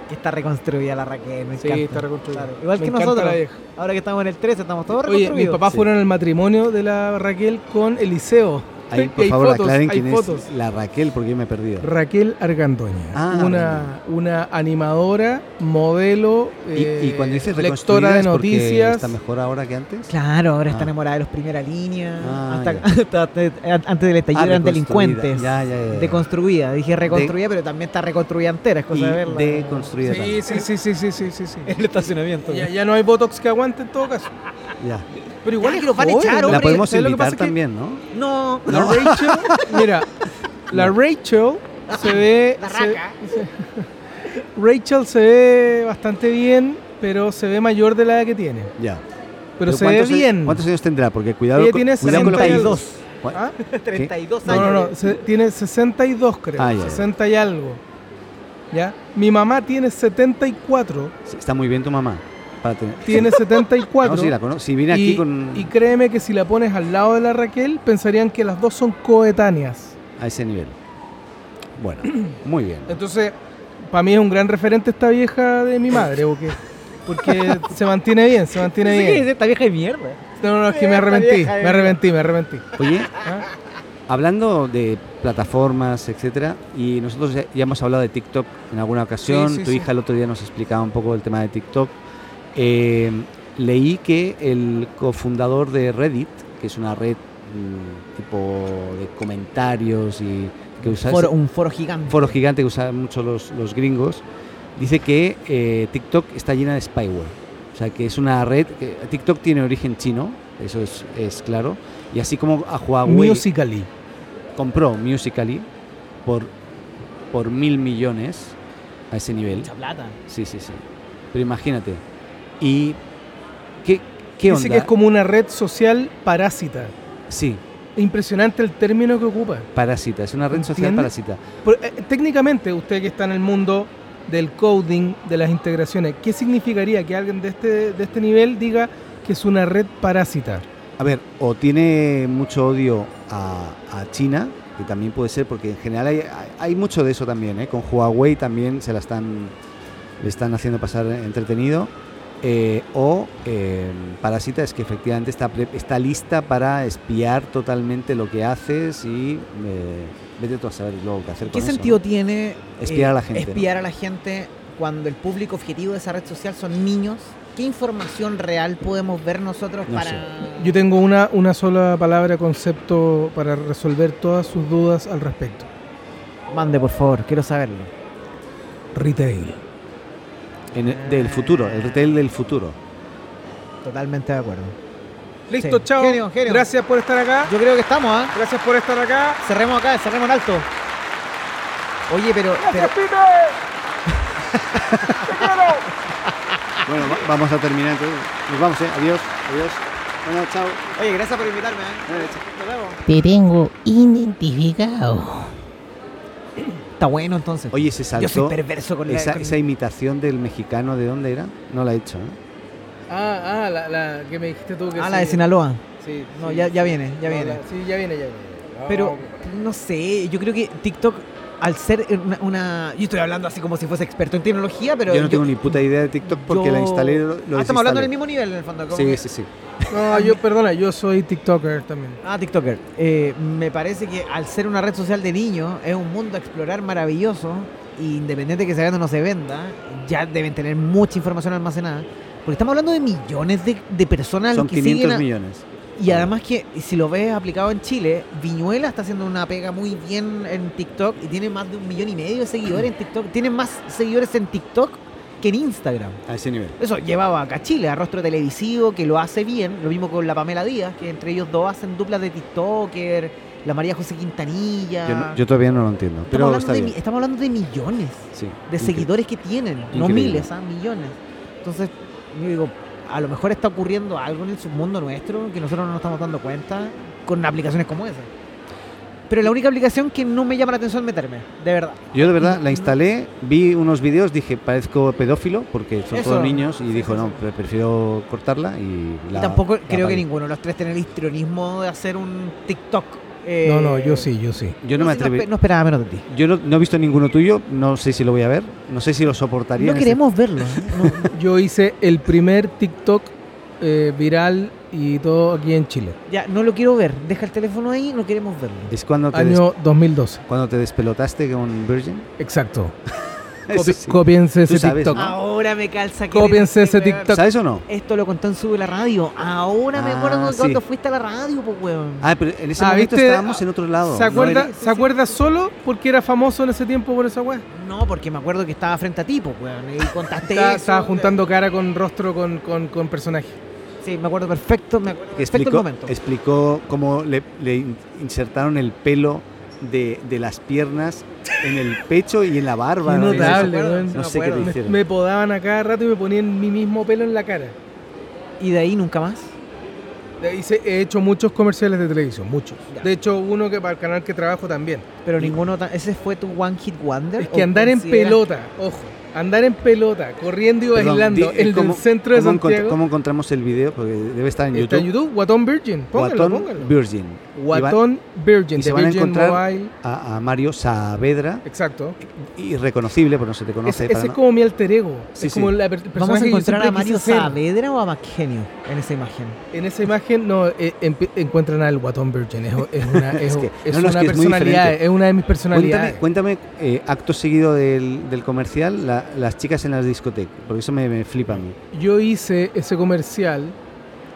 Que está reconstruida la Raquel, me
Sí,
encanta.
está reconstruida.
Claro, Igual
Me
que
encanta
nosotros.
la vieja.
Ahora que estamos en el 13, estamos todos
Oye,
reconstruidos.
mis papás
Sí.
fueron al matrimonio de la Raquel con Eliseo.
Ahí,
Y
por
hay
favor,
fotos,
aclaren
hay
quién
fotos.
es la Raquel, porque yo me he perdido.
Raquel Argandoña,
Ah,
una, una animadora, modelo,
Y,
eh,
y cuando dices
lectora
reconstruida
de
es porque
noticias.
está mejor ahora que antes.
Claro, ahora está
Ah.
enamorada de los primera línea.
Ah,
hasta,
ya.
hasta- hasta- antes del estallido
Ah, reconstruida.
eran delincuentes.
Ya, ya, ya, ya.
Deconstruida. Dije reconstruida, pero también está reconstruida entera. Es cosa de verla.
Y deconstruida.
Sí, sí, sí, sí, sí, sí, sí, sí.
El estacionamiento.
Ya, ya no hay Botox que aguante en todo caso.
también. Ya.
Pero igual
Ya,
es
que los van a
joven,
echar,
¿no?
La
hombre,
podemos
¿sabes lo que pasa?
invitar
Es que
también, ¿no?
La
No.
Rachel, mira, la Rachel se ve...
La
se-
raca.
se- Rachel se ve bastante bien, pero se ve mayor de la edad que tiene.
Ya.
Pero, se ve
¿cuántos años-
bien.
¿Cuántos años tendrá? Porque cuidado,
Ella
con-
tiene
cuidado con lo que dices.
62.
¿Cuál?
¿Ah?
32
No,
años.
no, no, se- tiene 62 creo,
Ah, ya, ya.
60 y algo. ¿Ya? Mi mamá tiene 74,
Sí, Está muy bien tu mamá. Para tener-
tiene
No,
74.
sí, la conozco. Si viene aquí
y,
con...
y créeme que si la pones al lado de la Raquel, pensarían que las dos son coetáneas.
a ese nivel. Bueno, muy bien.
Entonces, para mí es un gran referente esta vieja de mi madre, porque, porque se mantiene bien, se mantiene
Pensé que
bien.
decía, esta vieja de mierda.
No, no, es que me
Esta
arrepentí,
vieja de
me arrepentí, me arrepentí.
Oye,
¿Ah?
hablando de plataformas, etcétera, y nosotros ya, ya hemos hablado de TikTok en alguna ocasión.
Sí, sí,
tu
sí.
hija el otro día nos explicaba un poco el tema de TikTok. Eh, leí que el cofundador de Reddit, que es una red mm, tipo de comentarios y que usa
Foro- un foro gigante.
un foro gigante que usan mucho los, los gringos, dice que eh, TikTok está llena de spyware. O sea, que es una red. que- TikTok tiene origen chino, eso es, es claro. Y así como a Huawei
Musically.
compró Musically por, por mil millones a ese nivel.
Mucha plata.
Sí, sí, sí. Pero imagínate. ¿Y qué, qué onda?
Dice que es como una red social parásita.
Sí,
Impresionante el término que ocupa.
parásita. Es una red social
¿Entiendes?
parásita.
Por- eh, técnicamente, usted que está en el mundo del coding, de las integraciones, ¿qué significaría que alguien de este, de este nivel diga que es una red parásita?
A ver, o tiene mucho odio a, a China, que también puede ser, porque en general hay, hay- hay mucho de eso también, ¿eh? Con Huawei también se la están, le están haciendo pasar entretenido. Eh, o eh, Parasita es que efectivamente está, pre- está lista para espiar totalmente lo que haces y eh, vete tú a saber luego qué hacer
¿Qué
con eso,
sentido
¿no?
tiene eh,
Espiar a la gente,
Espiar a la gente cuando el público objetivo de esa red social son niños. ¿Qué información real podemos ver nosotros
No
para
sé.
Yo tengo una, una sola palabra, concepto para resolver todas sus dudas al respecto.
mande por favor, quiero saberlo.
Retail.
En el- del futuro, el retail del futuro.
Totalmente de acuerdo.
Listo,
Sí.
chao.
Genio, genio.
Gracias por estar acá.
Yo creo que estamos, ¿ah?
Gracias por estar acá.
Cerremos acá, cerremos en alto. Oye, pero, pero
Bueno, va- vamos a terminar entonces. Nos vamos, ¿eh? Adiós, adiós. Bueno, chao.
oye, gracias por invitarme, ¿eh?
Bueno, chao.
Nos vemos.
Te tengo identificado.
Está bueno entonces.
Oye, se
yo soy
saltó.
perverso con la-
Esa,
con-
esa imitación del mexicano, ¿de dónde era? No la he hecho. ¿eh?
Ah, ah la, la que me dijiste tú que
Ah, la de
sí.
Sinaloa.
Sí,
No,
sí,
ya, ya
sí.
viene, ya
No,
viene.
la- sí, ya viene, ya viene. No,
Pero no sé, yo creo que TikTok, al ser una, una- Yo estoy hablando así como si fuese experto en tecnología, pero.
Yo no tengo ni puta idea de TikTok porque
yo-
la instalé. Lo, lo
Ah, estamos
desinstalé.
hablando del mismo nivel en el fondo. como
Sí,
que-
sí, sí.
No, yo, perdona, yo soy TikToker también.
Ah, TikToker. Eh, me parece que al ser una red social de niños, es un mundo a explorar maravilloso. Y independiente que se venda o no se venda, ya deben tener mucha información almacenada. Porque estamos hablando de millones de, de personas a los
Son
que siguen.
500
a-
millones.
y además que, si lo ves aplicado en Chile, Viñuela está haciendo una pega muy bien en TikTok y tiene más de un millón y medio de seguidores en TikTok. Tiene más seguidores en TikTok que en Instagram.
A ese nivel.
Eso llevaba acá a Chile, a rostro televisivo, que lo hace bien. Lo mismo con la Pamela Díaz, que entre ellos dos hacen duplas de TikToker, la María José Quintanilla.
Yo, no- yo todavía no lo entiendo.
Ah. estamos,
Pero
hablando
está
de,
bien.
mi- estamos hablando de millones
Sí,
de
increíble.
seguidores que tienen, no
Increíble.
miles, ah, millones. Entonces, yo digo, a lo mejor está ocurriendo algo en el submundo nuestro que nosotros no nos estamos dando cuenta con aplicaciones como esa. Pero la única aplicación que no me llama la atención es meterme, de verdad.
Yo de verdad la instalé, vi unos vídeos, dije, parezco pedófilo, porque son
Eso.
todos niños, y
Sí,
dijo,
sí,
no,
sí.
pre- prefiero cortarla y la...
y tampoco
la
creo que
apagué.
ninguno de los tres tiene el histrionismo de hacer un TikTok. eh,
No, no, yo sí, yo sí.
Yo no, me
sé, espe-
atreví...
No esperaba menos de ti.
Yo no, no he visto ninguno tuyo, no sé si lo voy a ver, no sé si lo soportaría.
No
en este-
queremos verlo. ¿eh? ¿no? No,
Yo hice el primer TikTok eh, viral y todo aquí en Chile.
ya, no lo quiero ver. Deja el teléfono ahí, no queremos verlo.
Es cuando
Ah,
te, des-
Año 2012.
cuando te despelotaste con Virgin.
Exacto.
Eso
Copi-
sí.
Cópiense
Tú
ese
sabes,
TikTok.
¿no?
Ahora me calza que.
Cópiense ese
weón.
TikTok.
¿Sabes o no?
Esto lo contó en Sube la Radio. Ahora me
Ah,
acuerdo de cuando
sí.
fuiste a la radio, pues, weón.
Ah, pero en ese
Ah,
momento
¿viste?
estábamos en otro lado.
¿Se
no
acuerda,
era-
¿Se acuerda solo porque era famoso en ese tiempo por esa weá?
No, porque me acuerdo que estaba frente a ti, pues, weón. Y contaste
Estaba,
eso,
estaba
weón.
juntando cara con rostro con, con, con personaje.
Sí, me acuerdo perfecto. Me acuerdo
que
perfecto el
explicó,
momento.
explicó cómo le, le in- insertaron el pelo de, de las piernas en el pecho y en la barba.
Qué
¿no?
notable,
Eso.
weón.
No sé qué
acuerdo.
te
Me,
hicieron.
me podaban a cada rato y me ponían mi mismo pelo en la cara.
Y de ahí nunca más.
De ahí se- he hecho muchos comerciales de televisión, muchos.
Ya.
De hecho, uno que para el canal que trabajo también.
Pero ninguno. ta- ¿Ese fue tu One Hit Wonder?
Es que
¿O
andar en
consideras-
pelota, ojo, andar en pelota, corriendo y
Perdón,
bailando,
di-
el
¿cómo-
del centro de
cómo encont-
Santiago.
¿Cómo encontramos el video? Porque debe estar en YouTube.
Está en YouTube, Guatón Virgin. Póngalo,
Guatón
póngalo.
Virgin. Y va-
Guatón Virgin,
y se
de
van a
Virgin
encontrar-
Mobile.
A, a Mario Saavedra,
Exacto.
irreconocible, porque no se te conoce.
ese
para
ese es
na-
como mi alter ego.
Sí,
es como
sí.
la per-
Vamos
personaje
a
que yo
encontrar
siempre
a Mario
quise ser.
Saavedra o a McGenio en esa imagen.
En esa imagen no eh, empe- encuentran al Guatón Virgin. Es, es una, es,
Es que-
es
no, no, es
una
que es muy
personalidad,
diferente.
es una de mis personalidades.
Cuéntame, cuéntame eh, acto seguido del, del comercial, la- las chicas en las discotecas, porque eso me, me flipa a mí.
Yo hice ese comercial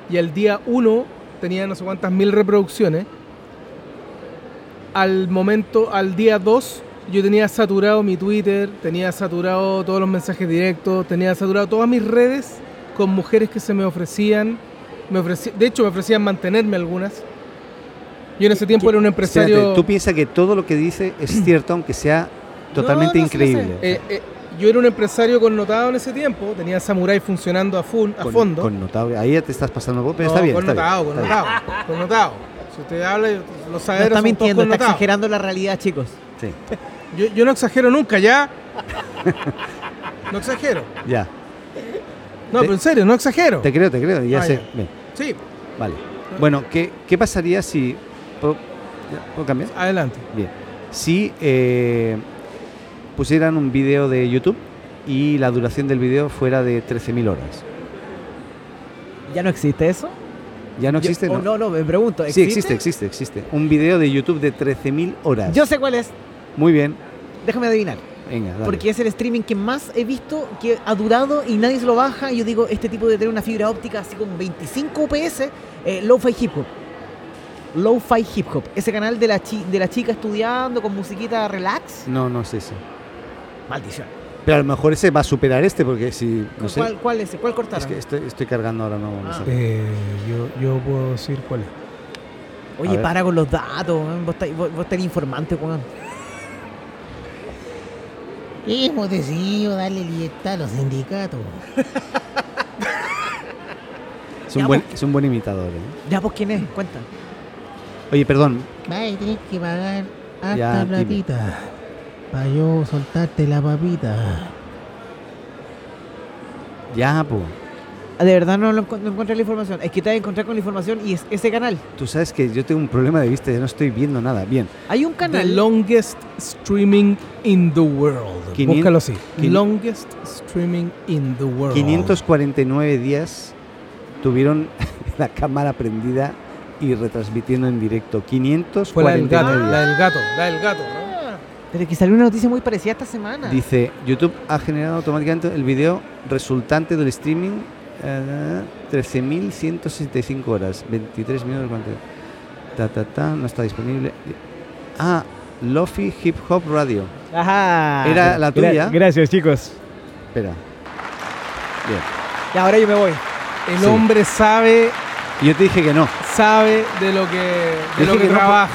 y al día 1 tenía no sé cuántas mil reproducciones. Al momento, al día 2, yo tenía saturado mi Twitter, tenía saturado todos los mensajes directos, tenía saturado todas mis redes con mujeres que se me ofrecían. Me ofreci- de hecho, me ofrecían mantenerme algunas. Yo en ese tiempo era un empresario...
Espérate, tú piensas que todo lo que dice es cierto, aunque sea totalmente
No, no, sí lo sé.
increíble.
Eh, eh, yo era un empresario connotado en ese tiempo, tenía Samurai funcionando a, full, a
Con-
fondo.
connotado. Ahí ya te estás pasando, pero está
No,
bien. está bien,
Connotado,
está bien.
connotado, connotado. Si usted habla, yo- los
No
saberes
está
son todos
mintiendo, está
connotados.
exagerando la realidad, chicos.
Yo, yo no exagero nunca, ya. No exagero.
Sí, ya.
No,
Te-
pero en serio, no exagero.
Te creo, te creo. Ya
Ah,
sé.
ya.
Bien,
Sí,
vale. Bueno, ¿qué, qué pasaría si. ¿Puedo, ¿puedo cambiar?
adelante.
Bien. Si eh, pusieran un video de YouTube y la duración del video fuera de 13.000 horas.
¿Ya no existe eso?
¿Ya no
Yo-
existe?
o
no?
no, no, me pregunto.
Sí, existe, existe, existe. Un video de YouTube de 13.000 horas.
Yo sé cuál es.
Muy bien.
Déjame adivinar.
Venga, dale.
Porque es el streaming que más he visto, que ha durado y nadie se lo baja. Y yo digo, este tipo de tener una fibra óptica así con 25 UPS, eh, Lo-Fi Hip Hop. Lo-Fi Hip Hop. Ese canal de la, chi- de la chica estudiando con musiquita relax.
No, no es ese.
Maldición.
Pero a lo mejor ese va a superar este porque si... No sé.
¿Cuál, ¿Cuál es ese? ¿Cuál cortaron?
Es que estoy, estoy cargando ahora, no, no
Ah.
sé.
Eh, yo, yo puedo decir cuál es.
A
Oye,
ver.
para con los datos. weón. Vos estáis vos- vos estáis informante, weón.
Hemos decidido darle libertad a los sindicatos.
Es un
Ah. Ya, pues.
buen, es un buen imitador. ¿eh?
Ya, pues, ¿quién es? Cuenta.
Oye, perdón.
Vais a tener que pagar harta
Ya, dime.
platita. Para yo soltarte la papita.
Ya, po.
Ah, De verdad no, lo encon- no encontré la información. Es que te vas a encontrar con la información y es ese canal.
Tú sabes que yo tengo un problema de vista, ya no estoy viendo nada. Bien.
Hay un
The
canal.
longest streaming in the world.
500
Búscalo así.
quin-
Longest streaming in the
Oh.
world.
549 días tuvieron la cámara prendida y retransmitiendo en directo.
Fue la del gato,
549 días.
la del gato, la del gato. ¿no?
Pero que salió una noticia muy parecida esta semana.
Dice, YouTube ha generado automáticamente el video resultante del streaming eh, 13.165 horas, 23 minutos 40. Ta, ta, ta, no está disponible. Ah, Lofi Hip Hop Radio.
Ah,
Ajá.
Era la tuya.
gracias, chicos.
Espera. Bien.
Y ahora yo me voy.
El
Sí.
hombre sabe,
Yo te dije que no.
sabe de lo que, de
Dije
lo que,
que no,
trabaja.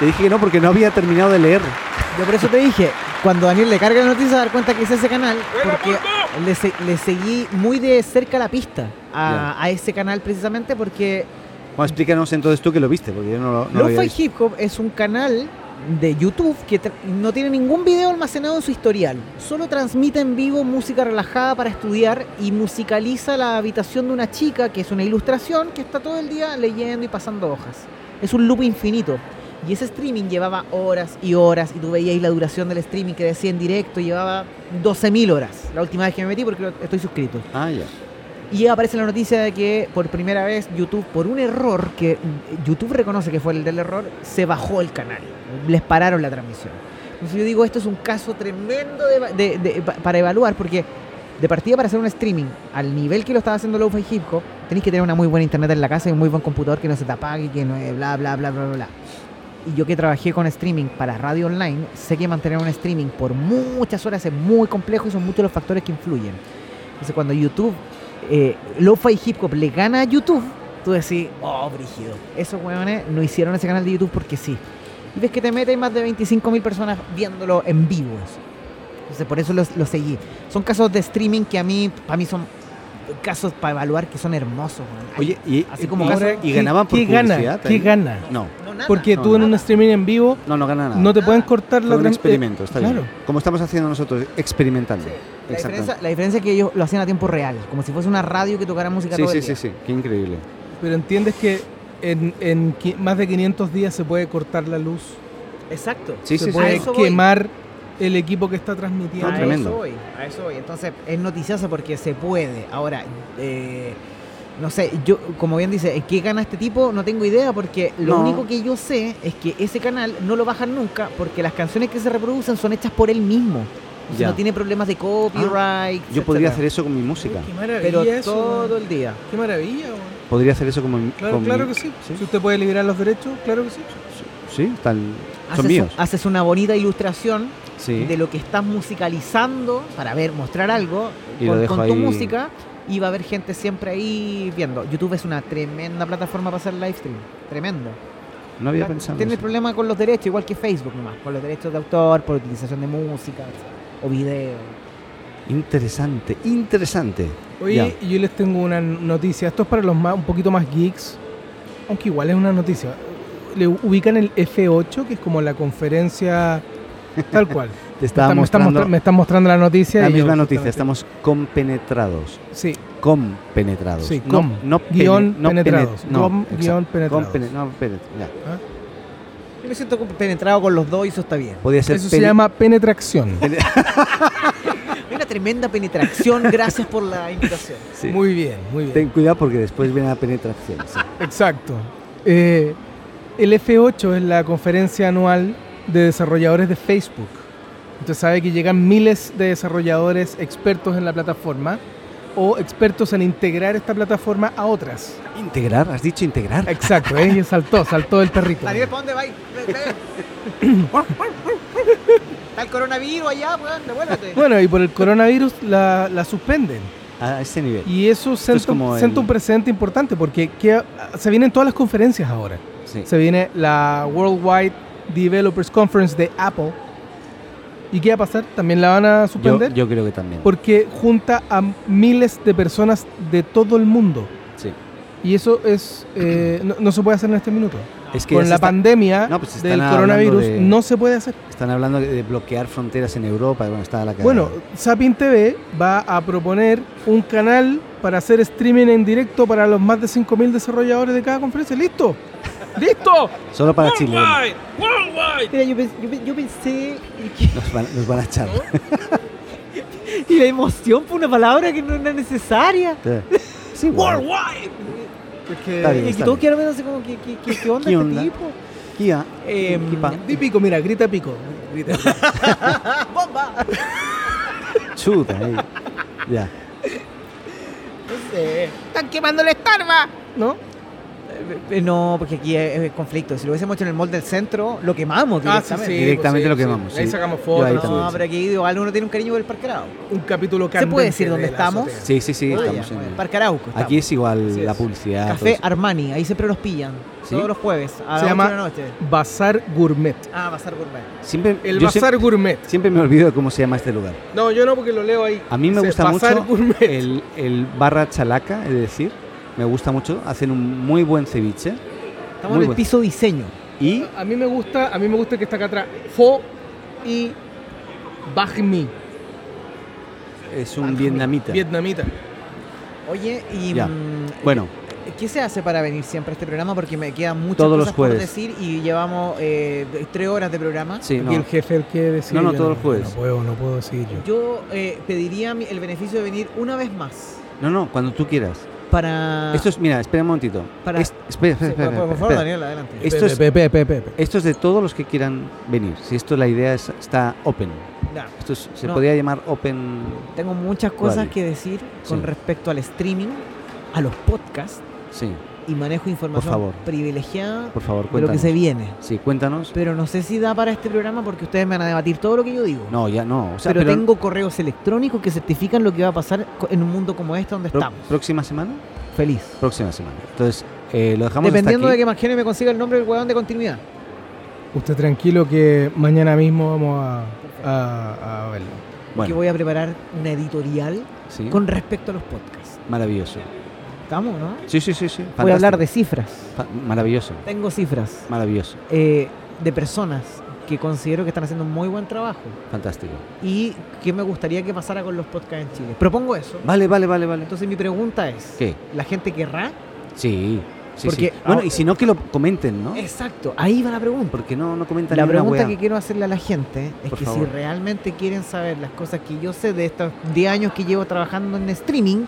Te dije que no porque no había terminado de leer.
Yo por eso te dije, cuando Daniel le carga la noticia, dar cuenta que es ese canal, porque le, se- le seguí muy de cerca la pista. a, a ese canal precisamente porque
Bueno, explícanos entonces tú que lo viste, porque yo no lo, no lo
Lo-Fi
había visto.
Hip Hop es un canal de YouTube que tra- no tiene ningún video almacenado en su historial. Solo transmite en vivo música relajada para estudiar y musicaliza la habitación de una chica que es una ilustración que está todo el día leyendo y pasando hojas. Es un loop infinito. Y ese streaming llevaba horas y horas y tú veías la duración del streaming que decía en directo llevaba 12.000 horas. La última vez que me metí porque lo- estoy suscrito.
Ah, ya.
Y aparece la noticia de que por primera vez YouTube, por un error que YouTube reconoce que fue el del error, se bajó el canal. Les pararon la transmisión. Entonces yo digo, esto es un caso tremendo de, de- de- pa- para evaluar, porque de partida para hacer un streaming al nivel que lo estaba haciendo Lo-Fi Hip Hop, tenéis que tener una muy buena internet en la casa y un muy buen computador que no se te apague, que no es bla, bla, bla, bla, bla, bla. Y yo que trabajé con streaming para radio online, sé que mantener un streaming por muchas horas es muy complejo y son muchos los factores que influyen. Entonces cuando YouTube eh, Lo-Fi Hip Hop le gana a YouTube, tú decís, oh, brígido. Esos weones no hicieron ese canal de YouTube porque sí. Y ves que te meten más de 25.000 personas viéndolo en vivo. eso. Entonces, por eso los- lo seguí. Son casos de streaming que a mí, para mí son casos para evaluar que son hermosos. weón. Ay,
Oye, y,
Así como
y-
ahora,
y ganaban por
¿qué
publicidad.
gana? ¿Qué
también?
gana?
No,
no, nada.
Porque
No,
tú en
nada.
un streaming en vivo
no, no gana nada.
no te
Nada.
pueden cortar
Fue
la eh,
un
tran-
experimento, está
claro.
bien. Como estamos haciendo nosotros, experimentando.
la, diferencia,
Exactamente.
la diferencia es que ellos lo hacían a tiempo real, como si fuese una radio que tocara música
Sí,
todo el
sí,
día.
sí, sí, qué increíble.
eh, Pero entiendes que en, en qui- más de 500 días se puede cortar la luz,
Exacto.
Sí,
se
sí, sí.
puede
eso voy.
quemar el equipo que está transmitiendo.
No, tremendo.
eso voy, a eso voy. Entonces, es noticiosa porque se puede. Ahora, eh, no sé, yo, como bien dice, ¿qué gana este tipo? No tengo idea porque lo
No.
único que yo sé es que ese canal no lo bajan nunca porque las canciones que se reproducen son hechas por él mismo. Entonces,
Ya. Ah,
no tiene problemas de copyright.
Yo podría hacer eso con mi música.
Qué maravilla
Pero
eso,
todo
weón.
el día.
Qué maravilla, weón.
Podría hacer eso como mi.
Claro,
con
claro
mi-
que sí.
Sí,
Si usted puede liberar los derechos, claro que sí.
sí, están-
Haces,
son míos.
haces una bonita ilustración
Sí.
de lo que estás musicalizando para ver, mostrar algo
Y lo
con,
dejo
con tu
ahí.
música y va a haber gente siempre ahí viendo. YouTube es una tremenda plataforma para hacer live stream, tremendo.
No había pensado. en
Tiene el
eso.
problema con los derechos, igual que Facebook nomás, con los derechos de autor, por utilización de música o video.
Interesante, interesante.
Oye,
Ya.
y yo les tengo una noticia. Esto es para los más, un poquito más geeks, aunque igual es una noticia. Le ubican el F8, que es como la conferencia tal cual.
Te estaba
me, están
mostrando
mostra- me están mostrando la noticia.
la
y yo,
misma noticia,
justamente-
estamos compenetrados.
Sí,
Compenetrados.
Sí,
no,
com.
no pene-
Guión
no pene-
penetrados.
no,
Com,
exacto.
guión penetrados.
Compene- no, penet- ya.
Yo me siento penetrado con los dos y eso está bien.
Podría ser
eso se
pene-
llama penetración.
Hay una tremenda penetración, gracias por la invitación.
Sí.
Muy bien, muy bien.
Ten cuidado porque después viene la penetración. sí.
Exacto. Eh, el F8 es la conferencia anual de desarrolladores de Facebook. Usted sabe que llegan miles de desarrolladores expertos en la plataforma o expertos en integrar esta plataforma a otras.
Integrar, has dicho integrar.
Exacto, ¿eh? Y saltó, saltó del perrito.
Daniel, ¿para dónde vais? Ve- ve. Está el coronavirus allá, weón, devuélvete.
Bueno, y por el coronavirus la, la suspenden.
A ese nivel.
Y eso
es
sienta,
como
sienta
el-
un precedente importante porque que- se vienen todas las conferencias ahora.
Sí.
se viene la Worldwide Developers Conference de Apple. ¿Y qué va a pasar? ¿También la van a
Yo,
suspender?
yo creo que también.
Porque junta a miles de personas de todo el mundo.
Sí.
Y eso es eh, no, no se puede hacer en este minuto.
Es que ya
Con
se
la
está-
pandemia
No, pues están
del
hablando
coronavirus
de-
no se puede hacer.
están hablando de bloquear fronteras en Europa. y Bueno, está la cagada.
Bueno, Sapin TV va a proponer un canal para hacer streaming en directo para los más de 5.000 desarrolladores de cada conferencia. ¡Listo! ¡Listo!
Solo para Chile.
Mira, yo, pens- yo pe- yo pensé
Nos van, nos van a echar.
que- que la emoción fue una palabra que no era necesaria.
Sí, bueno.
Porque
Está bien,
Y Eh, que
está bien.
todos quedaron viendo así como, ¿qué, qué, qué, qué onda
¿Qué
este
onda?
tipo?
Kia,
Eh,
Kipa,
Di pico, mira, grita pico. Grita.
¡Ah, ¡Bomba!
chuta. ahí. Ya.
No sé.
¡Están quemando el Starbucks! ¿No?
eh, no, porque aquí es, es conflicto. Si lo hubiésemos hecho en el mall del centro, lo quemamos
Ah, sí,
directamente.
sí,
Directamente
pues sí,
lo
sí.
quemamos,
Ahí
sí.
sacamos
Yo ahí
fotos.
también.
No, pero aquí digo, alguno tiene un cariño por el Parque Arauco.
Un capítulo
¿Se puede decir dónde
de la
estamos?
azotea.
Sí, sí, sí,
Ah,
estamos
ya,
en-
bueno, Parque Arauco.
Aquí
estamos.
es igual
Así
la
es.
publicidad.
Café
todo eso.
Armani, ahí siempre nos pillan.
¿Sí?
Todos los jueves, a
Se
las
llama-
8 de la noche.
Bazar Gourmet.
Ah, Bazar Gourmet.
Siempre,
El
yo
Bazar
siempre,
Gourmet.
siempre me olvido de cómo se llama este lugar.
No, yo no porque lo leo ahí.
A mí me
Se-
gusta
Bazar
mucho
Gourmet.
el, el barra chalaca, es decir, me gusta mucho. Hacen un muy buen ceviche Muy
Estamos en el
bueno.
piso diseño.
y
A mí me gusta, a mí me gusta el que está acá atrás. Fo y Bagmi,
es un vietnamita.
vietnamita.
Oye, y
Ya.
mm,
Bueno,
¿qué se hace para venir siempre a este programa? Porque me quedan muchas
Todos los
cosas por
jueves.
decir y llevamos eh, tres horas de programa.
sí, no.
Y el jefe el que decide.
No, no,
yo
todos los jueves.
No puedo, no puedo decir yo.
Yo eh, pediría mi- el beneficio de venir una vez más
no, no, cuando tú quieras.
para...
Esto es, mira, espera un momentito.
Ah. Para-
Es- espera,
Sí,
espera,
por,
espera,
por favor, eh.
espera.
Daniel, adelante.
esto
Pepe,
es-
Pepe, Pepe, Pepe.
Esto es de todos los que quieran venir. Si esto la idea es- está open.
Ya.
Esto es- se
No.
podría llamar open.
Tengo muchas cosas
Vale.
que decir con
Sí.
respecto al streaming, a los podcasts
Sí,
y manejo información
favor.
privilegiada
por favor,
de lo que
cuéntanos.
se viene.
Sí, cuéntanos.
Pero no sé si da para este programa porque ustedes me van a debatir todo lo que yo digo.
No, ya no. O sea,
pero,
pero-
tengo correos electrónicos que certifican lo que va a pasar co- en un mundo como este donde
pro-
estamos.
próxima semana,
Feliz.
próxima semana. Entonces eh, lo dejamos hasta
Dependiendo de
aquí.
que Magene me consiga el nombre del huevón de continuidad.
Usted tranquilo que mañana mismo vamos a, a- a verlo.
Que
Bueno,
voy a preparar una editorial
sí,
con respecto a los podcasts.
maravilloso.
¿Estamos, no?
Sí, sí, sí, sí.
Voy a
fantástico.
hablar de cifras.
Fa- maravilloso,
Tengo cifras
maravilloso,
eh, de personas que considero que están haciendo un muy buen trabajo
fantástico.
y que me gustaría que pasara con los podcasts en Chile. Propongo eso.
Vale, vale, vale, vale.
Entonces mi pregunta es,
¿Qué?
¿la gente querrá?
Sí. sí,
Porque-
sí. Bueno, y si no que lo comenten, ¿no?
Exacto, ahí va la pregunta.
Porque no, no comentan
La
ni una
pregunta
weá.
que quiero hacerle a la gente es
Por
que
favor.
si realmente quieren saber las cosas que yo sé de estos 10 años que llevo trabajando en streaming,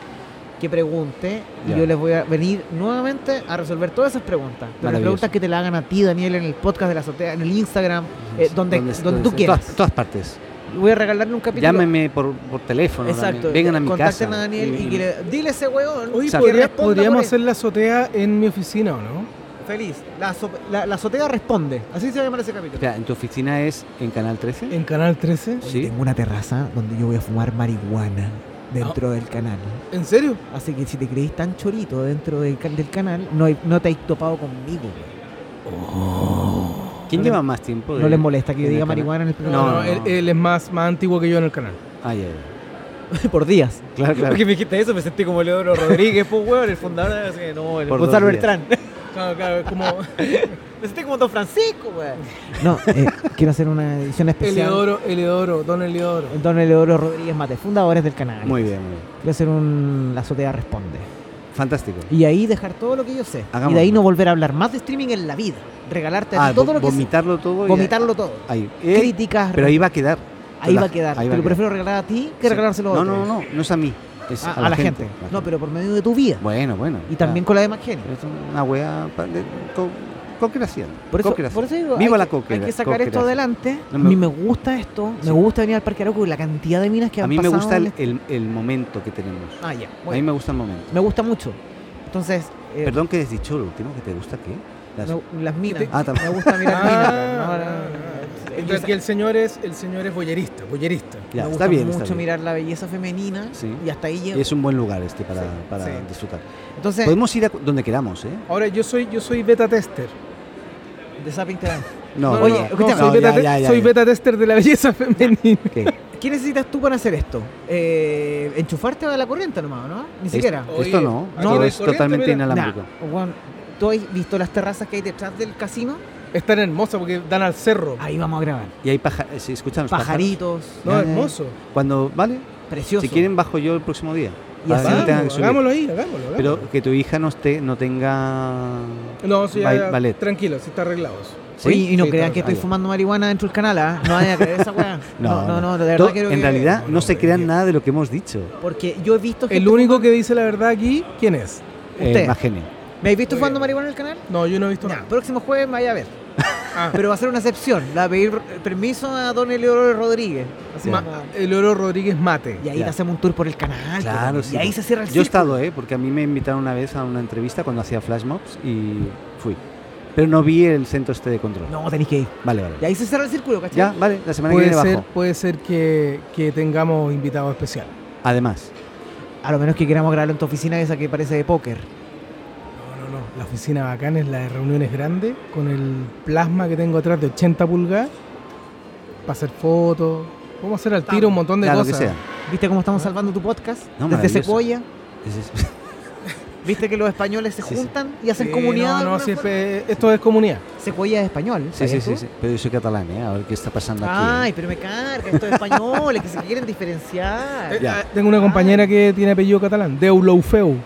que pregunte y
Ya.
yo les voy a venir nuevamente a resolver todas esas preguntas. Pero las
Maravilloso.
preguntas que te la hagan a ti, Daniel, en el podcast de la azotea, en el Instagram, eh, donde, donde, tú
en
quieras.
todas- En todas partes.
Voy a regalarle un capítulo.
Llámenme por, por teléfono.
Exacto.
también. Vengan a mi
Contacten
casa.
a Daniel y,
Y-
que le- dile a ese huevón
Oye,
que
podría-
responda
podríamos
por él.
hacer la azotea en mi oficina, ¿o no?
Feliz. La, so- la- la azotea responde. Así se llama ese capítulo.
Espera, ¿en tu oficina es en Canal 13?
En Canal 13.
Hoy
Sí.
Tengo una terraza donde yo voy a fumar marihuana
Ah.
dentro del canal.
¿En serio?
Así que si te creís tan chorito dentro del, can- del canal, no, hay- no te has topado conmigo. güey.
¿Quién
no le-
lleva más tiempo?
No
de-
les molesta que yo
en el
diga
canal?
marihuana en el
No,
programa. eh,
no,
no,
Él,
no.
él es más, más antiguo que yo en el canal.
Ah, ya, ya.
por días.
Claro, claro.
Porque me dijiste eso, me sentí como Leodoro Rodríguez, pues, weón, el fundador de así que no, el
Por
Gonzalo
dos días.
Bertrán.
Claro, claro, es como
Me sentí como Don Francisco, weón. No, eh, quiero hacer una edición especial.
Eleodoro, Eleodoro, Don Eleodoro.
Don Eleodoro Rodríguez Mate, fundadores del canal.
Muy bien, muy bien.
Quiero hacer un La Azotea Responde.
Fantástico.
Y ahí dejar todo lo que yo sé. Y
Hagámoslo.
de ahí no volver a hablar más de streaming en la vida. Regalarte a
Ah,
ti todo
vo-
lo que sé.
vomitarlo todo. y-
Vomitarlo todo.
Ahí. Eh,
Críticas.
pero ahí va a quedar.
ahí
la-
va a quedar.
ahí va
Pero
a quedar.
prefiero regalar a ti que regalárselo a
No,
otro.
no, no. No es a mí. Es
A,
a,
a la gente.
la
No, pero por medio de tu vida.
Bueno, bueno.
Y también con la de más gente.
Pero Es una wea pa- de co- co-creación.
Por eso,
Co-creación.
por eso digo,
Viva
hay,
la
que-
co-crea-
hay que sacar esto
co-creación.
adelante.
No
A
me-
mí me gusta esto.
Sí.
Me gusta venir al Parque Arauco y la cantidad de minas que han
A mí me
pasado
gusta
en
el,
este-
el, el momento que tenemos.
Ah, ya.
a
Muy
mí
bien.
me gusta el momento.
Me gusta mucho. Entonces, eh,
Perdón que has dicho lo último que te gusta, ¿qué? Las-
me- las minas.
Ah, tam-
me gusta mirar minas. No, no, no,
Ah,
no.
Mientras que el señor es, el señor es boyerista, boyerista.
Ya,
me
está
gusta
bien,
mucho
está bien.
mirar la belleza femenina
Sí.
y hasta ahí llego.
Y es un buen lugar este para,
Sí,
para
sí.
disfrutar.
Entonces,
Podemos ir a cu- donde queramos, ¿eh?
Ahora yo soy, yo soy beta tester.
de Zapping te dan.
No,
Oye,
no,
escúchame,
no,
soy, beta
ya, ya, ya,
soy
ya.
beta tester de la belleza femenina.
¿Qué?
¿Qué necesitas tú para hacer esto? Eh, ¿Enchufarte a la corriente nomás, no? Ni siquiera.
Es- Esto no,
Oye,
esto
no,
es
corriente,
totalmente
mira.
inalámbrico.
Nah, weón, ¿Tú has visto las terrazas que hay detrás del casino?
Es tan hermosa porque dan al cerro.
Ahí vamos a grabar.
Y hay paja- eh, sí, escuchamos, pájaros.
Pajaritos,
No,
Ya, ya, ya.
hermoso.
Cuando, ¿vale?
preciosos.
Si quieren bajo yo el próximo día.
Y
Para
así-
que no tengan que
Vamos,
subir.
hagámoslo ahí, hagámoslo. hagámoslo.
Pero que tu hija no esté, no tenga
no, sí, ya,
ba-
ya,
ballet.
tranquilo, si está arreglado. eso.
¿Sí?
Oye, y no
Sí,
crean
está
que estoy
bien.
fumando marihuana dentro del canal, ¿ah? No vayan a creer esa weá. No, no, no, de verdad
Todo-
quiero
En
que-
realidad
no,
no,
no,
se crean
bien.
nada de lo que hemos dicho.
Porque yo he visto gente
El único que dice la verdad aquí, ¿quién es?
Eh,
Usted.
Magene.
¿Me habéis visto
Muy
fumando
bien.
marihuana en el canal?
No, yo no he visto
Nah,
nada.
próximo jueves me vaya a ver. Pero va a ser una excepción. La pedir permiso a don Eleodoro Rodríguez. Así
Ma-
como-
el oro Rodríguez Mate.
y ahí
Ya.
te hacemos un tour por el canal.
Claro,
pues,
sí.
Y ahí se cierra el
Yo he
círculo.
estado, ¿eh? Porque a mí me invitaron una vez a una entrevista cuando hacía flash mobs y fui. Pero no vi el centro este de control.
No, tenéis que ir.
Vale, vale.
Y
Ya,
ahí se cierra el círculo, ¿cachai?
vale, la semana que
Puede
viene
ser,
bajo.
puede ser que, que tengamos invitado especial.
Además,
A lo menos que queramos grabarlo en tu oficina esa que parece de póker.
No, no, no. La oficina bacana es la de reuniones grandes, con el plasma que tengo atrás de 80 pulgadas, para hacer fotos. Podemos hacer al tiro un montón de
claro
cosas.
que sea.
¿Viste cómo estamos salvando tu podcast?
Ah. No,
Desde
maravilloso.
Secuoya.
Es eso.
¿Viste que los españoles se
Sí, sí.
juntan y hacen
Sí,
comunidad? de
No, no,
alguna
sí,
forma?
es- eh, esto es comunidad.
Secuoya es español.
Sí, sí,
¿sabías
sí,
tú?
sí. Pero yo soy catalán, ¿eh? A ver qué está pasando
Ay,
aquí.
pero me carga estos españoles que se quieren diferenciar.
Ya.
Eh, Tengo una compañera que tiene apellido catalán, Deuleufeu.
¿eh?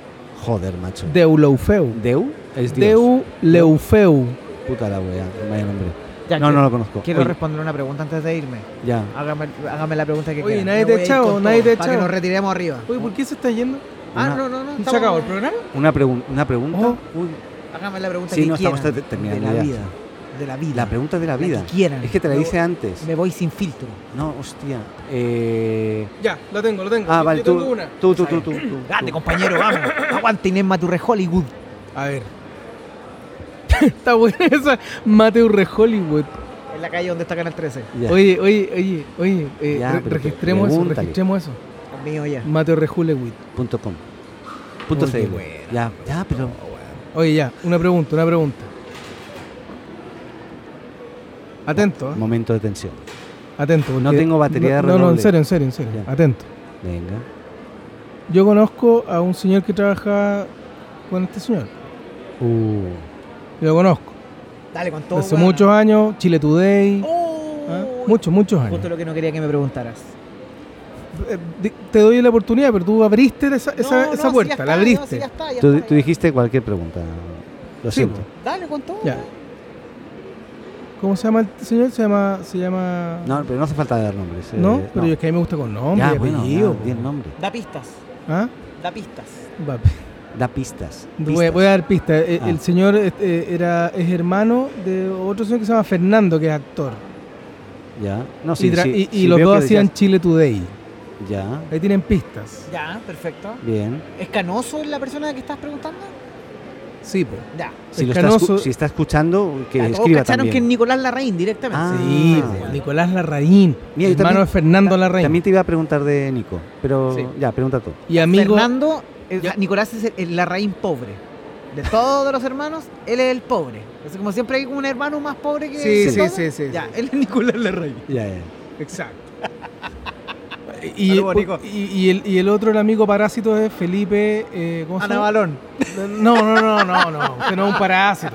Joder, macho.
Deuleufeu.
Deu es Dios.
Deuleufeu.
Puta la wea. Vaya nombre.
Ya,
No,
que-
no lo conozco.
Quiero
Oye,
responder una pregunta antes de irme.
ya.
Hágame, hágame la pregunta que
Oye,
quieran.
nadie
Me
te ha
voy a ir
echado,
con
nadie
todo,
te ha
Para que
echado.
nos retiremos arriba.
Oye, ¿por qué se está yendo?
Ah,
Una-
no, no, no.
¿Se
estamos-
acabó el programa?
Una, pregun- una pregunta.
Oh.
Uy,
Hágame la pregunta
Sí,
que
no,
quieran.
estamos te- terminando
De la
ya.
vida. De la vida.
la pregunta de la
La
vida.
que quieran.
Es que te la
Me
hice antes.
Me voy sin filtro.
No, hostia. Eh...
Ya, la tengo, la tengo.
Ah,
Yo-
vale,
yo
tú,
tengo una.
tú, tú, tú, tú, tú,
Grande,
tú.
compañero, vamos. Aguante Inés Maturre Hollywood.
A ver. está buena esa Mateo Re Hollywood.
En la calle donde está Canal 13.
Ya.
Oye, oye, oye, oye, eh,
Ya,
re-
pero
registremos eso,
pregúntale.
registremos eso.
Conmigo ya.
Mateo Re Hollywood.
Punto com. Punto
Oye,
CL.
buena,
Ya, ya, pero.
Oye, ya, una pregunta, una pregunta. Atento, ¿eh?
Momento de tensión.
atento.
No
porque-
tengo batería de
no, no, no, en
redoble.
serio, en serio, en serio.
Ya.
Atento.
Venga.
Yo conozco a un señor que trabaja con este señor.
Uh.
Yo lo conozco.
Dale, con todo.
Hace
weón.
muchos años, Chile Today.
Oh,
¿ah? Muchos, muchos años.
Justo lo que no quería que me preguntaras.
Eh, di- Te doy la oportunidad, pero tú abriste esa, esa,
No, no,
esa
sí, ya
puerta,
está,
la
no,
abriste.
sí, ya está, ya
Tú,
está,
tú
ya.
dijiste cualquier pregunta. Lo
Sí,
siento.
Dale con todo.
Ya. ¿Cómo se llama el señor? Se llama. Se llama...
No, pero no hace falta dar nombres. eh,
¿No? pero
no.
yo es que a mí me gusta con nombre,
Ya,
y
bueno,
apellido,
ya,
po.
di el nombre.
Da pistas.
¿Ah?
Da pistas.
Va,
Da pistas.
Voy,
pistas.
voy a dar pistas. El,
Ah.
el señor este, era, es hermano de otro señor que se llama Fernando, que es actor.
Ya. No, sí,
y tra-
sí,
y- y
sí,
los
veo
dos
que
hacían Chile Today.
Ya, ya,
Ahí tienen pistas.
Ya, perfecto.
bien.
¿Es canoso la persona que estás preguntando?
Sí, pues.
Ya.
Si,
El
lo está escu-
Canoso-
si está escuchando, que
Ya, todos
escriba
cacharon
también.
que es Nicolás Larraín directamente.
Ah,
sí,
bueno.
pues, Nicolás Larraín,
Mira, yo
hermano
también-
de Fernando
ta-
Larraín
También te iba a preguntar de Nico, pero
Sí.
ya, pregunta tú.
y amigo
Fernando, eh,
Ya.
Nicolás es el, el Larraín pobre. De todos los hermanos, él es el pobre. Es como siempre hay un hermano más pobre que
Sí,
que
sí,
todos.
sí, sí,
Ya,
sí.
él es Nicolás Larraín.
Ya, ya.
Exacto. Y,
Saludos, Nico.
y- y el, y el otro, el amigo parásito, es Felipe. eh, ¿Cómo se
Ana
llama?
Balón.
No, no, no, no, no. Usted no es un parásito.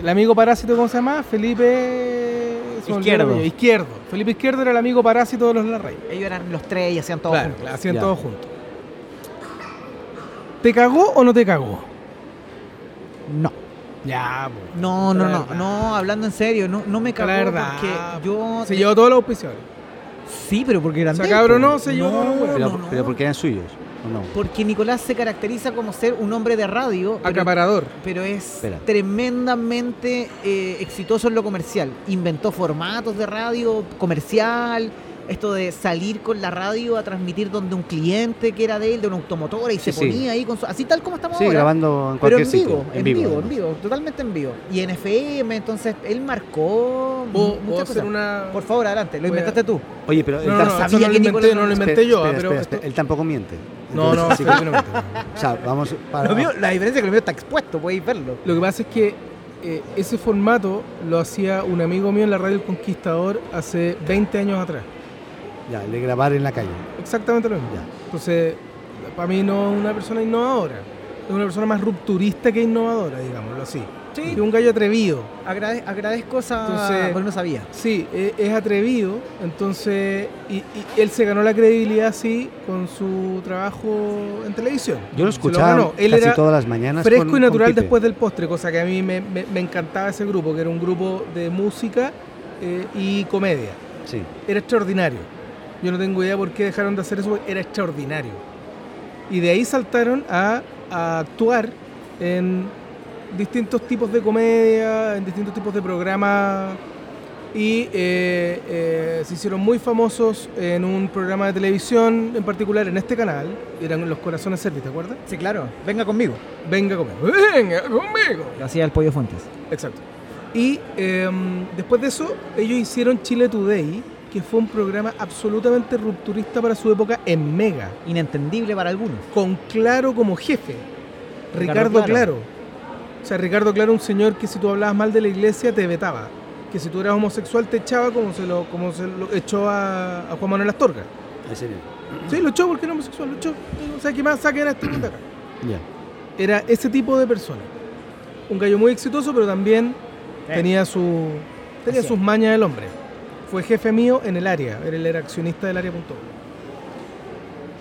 El amigo parásito, ¿cómo se llama? Felipe. se me olvidó el
Izquierdo.
apellido. Izquierdo. Felipe Izquierdo era el amigo parásito de los Larraín.
Ellos eran los tres y hacían todo
Claro,
juntos.
la hacían
Ya.
todos juntos. ¿Te cagó o no te cagó?
No.
Ya, pues.
No, no,
La
no,
verdad.
no, hablando en serio, no, no me cagó
La verdad.
porque yo...
Se llevó todos los auspiciadores.
Sí, pero porque eran
Se
de él,
cabronó,
pues.
se llevó todos los huevos.
Pero,
no, no.
pero porque eran suyos, ¿o no?
Porque Nicolás se caracteriza como ser un hombre de radio,
Ah,
pero,
Acaparador.
pero es
Espera.
tremendamente eh, exitoso en lo comercial. Inventó formatos de radio comercial, esto de salir con la radio a transmitir donde un cliente que era de él, de una automotora, y
Sí,
se
sí.
ponía ahí con su... Así tal como estamos
Sí,
ahora.
grabando en
Pero
cualquier
en vivo,
sitio.
en vivo, en
además.
vivo, totalmente en vivo. Y en FM, entonces él marcó
¿Puedo,
muchas
puedo
cosas.
hacer una.?
Por favor, adelante, lo
Voy a-
inventaste tú.
Oye, pero él,
No, no,
tam-
no,
sabía
eso no
que
lo inventé, no
Nicolás-
lo
espera,
inventé yo, ah,
espera,
pero.
espera,
esto-
espera, él tampoco miente.
No, no,
Entonces,
espera,
sí,
espera, espera.
o sea, vamos para...
Lo mío- la diferencia es que lo mío está expuesto, podéis verlo.
Lo que pasa es que eh, ese formato lo hacía un amigo mío en la radio El Conquistador hace 20 años atrás.
Ya, el de grabar en la calle.
Exactamente lo mismo.
Ya.
Entonces, para mí no es una persona innovadora. Es una persona más rupturista que innovadora, digámoslo así.
Sí.
Es un gallo atrevido.
Agrade- agradezco esa.
Entonces-
porque no sabía.
Sí, e- es, atrevido. Entonces, y, y él se ganó la credibilidad, sí, con su trabajo en televisión.
Yo lo
Se
escuchaba
ganó. Él
casi
era
todas las mañanas.
fresco
con-
y
con
natural
Pipe.
después del postre, cosa que a mí me, me- me encantaba ese grupo, que era un grupo de música eh, y comedia.
Sí.
Era extraordinario. Yo no tengo idea por qué dejaron de hacer eso, porque era extraordinario. Y de ahí saltaron a, a actuar en distintos tipos de comedia, en distintos tipos de programas. Y eh, eh, se hicieron muy famosos en un programa de televisión, en particular en este canal. Eran Los Corazones Servis, ¿te acuerdas?
Sí, claro. Venga conmigo.
Venga conmigo. Venga conmigo.
Lo hacía el Pollo Fuentes.
Exacto. Y em, después de eso, ellos hicieron Chile Today, que fue un programa absolutamente rupturista para su época en Mega,
Inentendible para algunos.
con Claro como jefe,
Ricardo
Ricardo
Claro.
Claro. O sea, Ricardo Claro, un señor que si tú hablabas mal de la iglesia te vetaba, que si tú eras homosexual te echaba como se lo, como se lo echó a, a Juan Manuel Astorga.
En serio.
Sí, lo echó porque era homosexual, lo echó. O sea, ¿qué más saquen a este mundo acá?
Ya.
Era ese tipo de persona. Un gallo muy exitoso, pero también tenía su tenía
Así
sus mañas del hombre. Fue jefe mío en el área, él era accionista del área.com.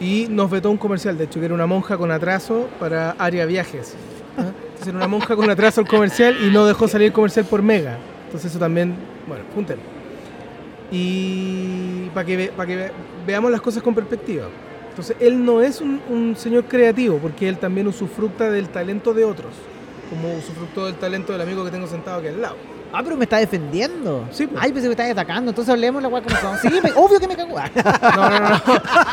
Y nos vetó un comercial, de hecho, que era una monja con atraso para área viajes. ¿Ah? Entonces era una monja con atraso el comercial y no dejó salir el comercial por mega. Entonces eso también, bueno, punten. Y para que, ve- pa' que ve- veamos las cosas con perspectiva. Entonces él no es un, un señor creativo, porque él también usufructa del talento de otros, como usufructó del talento del amigo que tengo sentado aquí al lado.
Ah, pero me está defendiendo.
Sí, pues.
Ay, pensé que me está atacando. Entonces hablemos la weá como son. Sí, me- obvio que me cago. Pensé
No, no, no, no.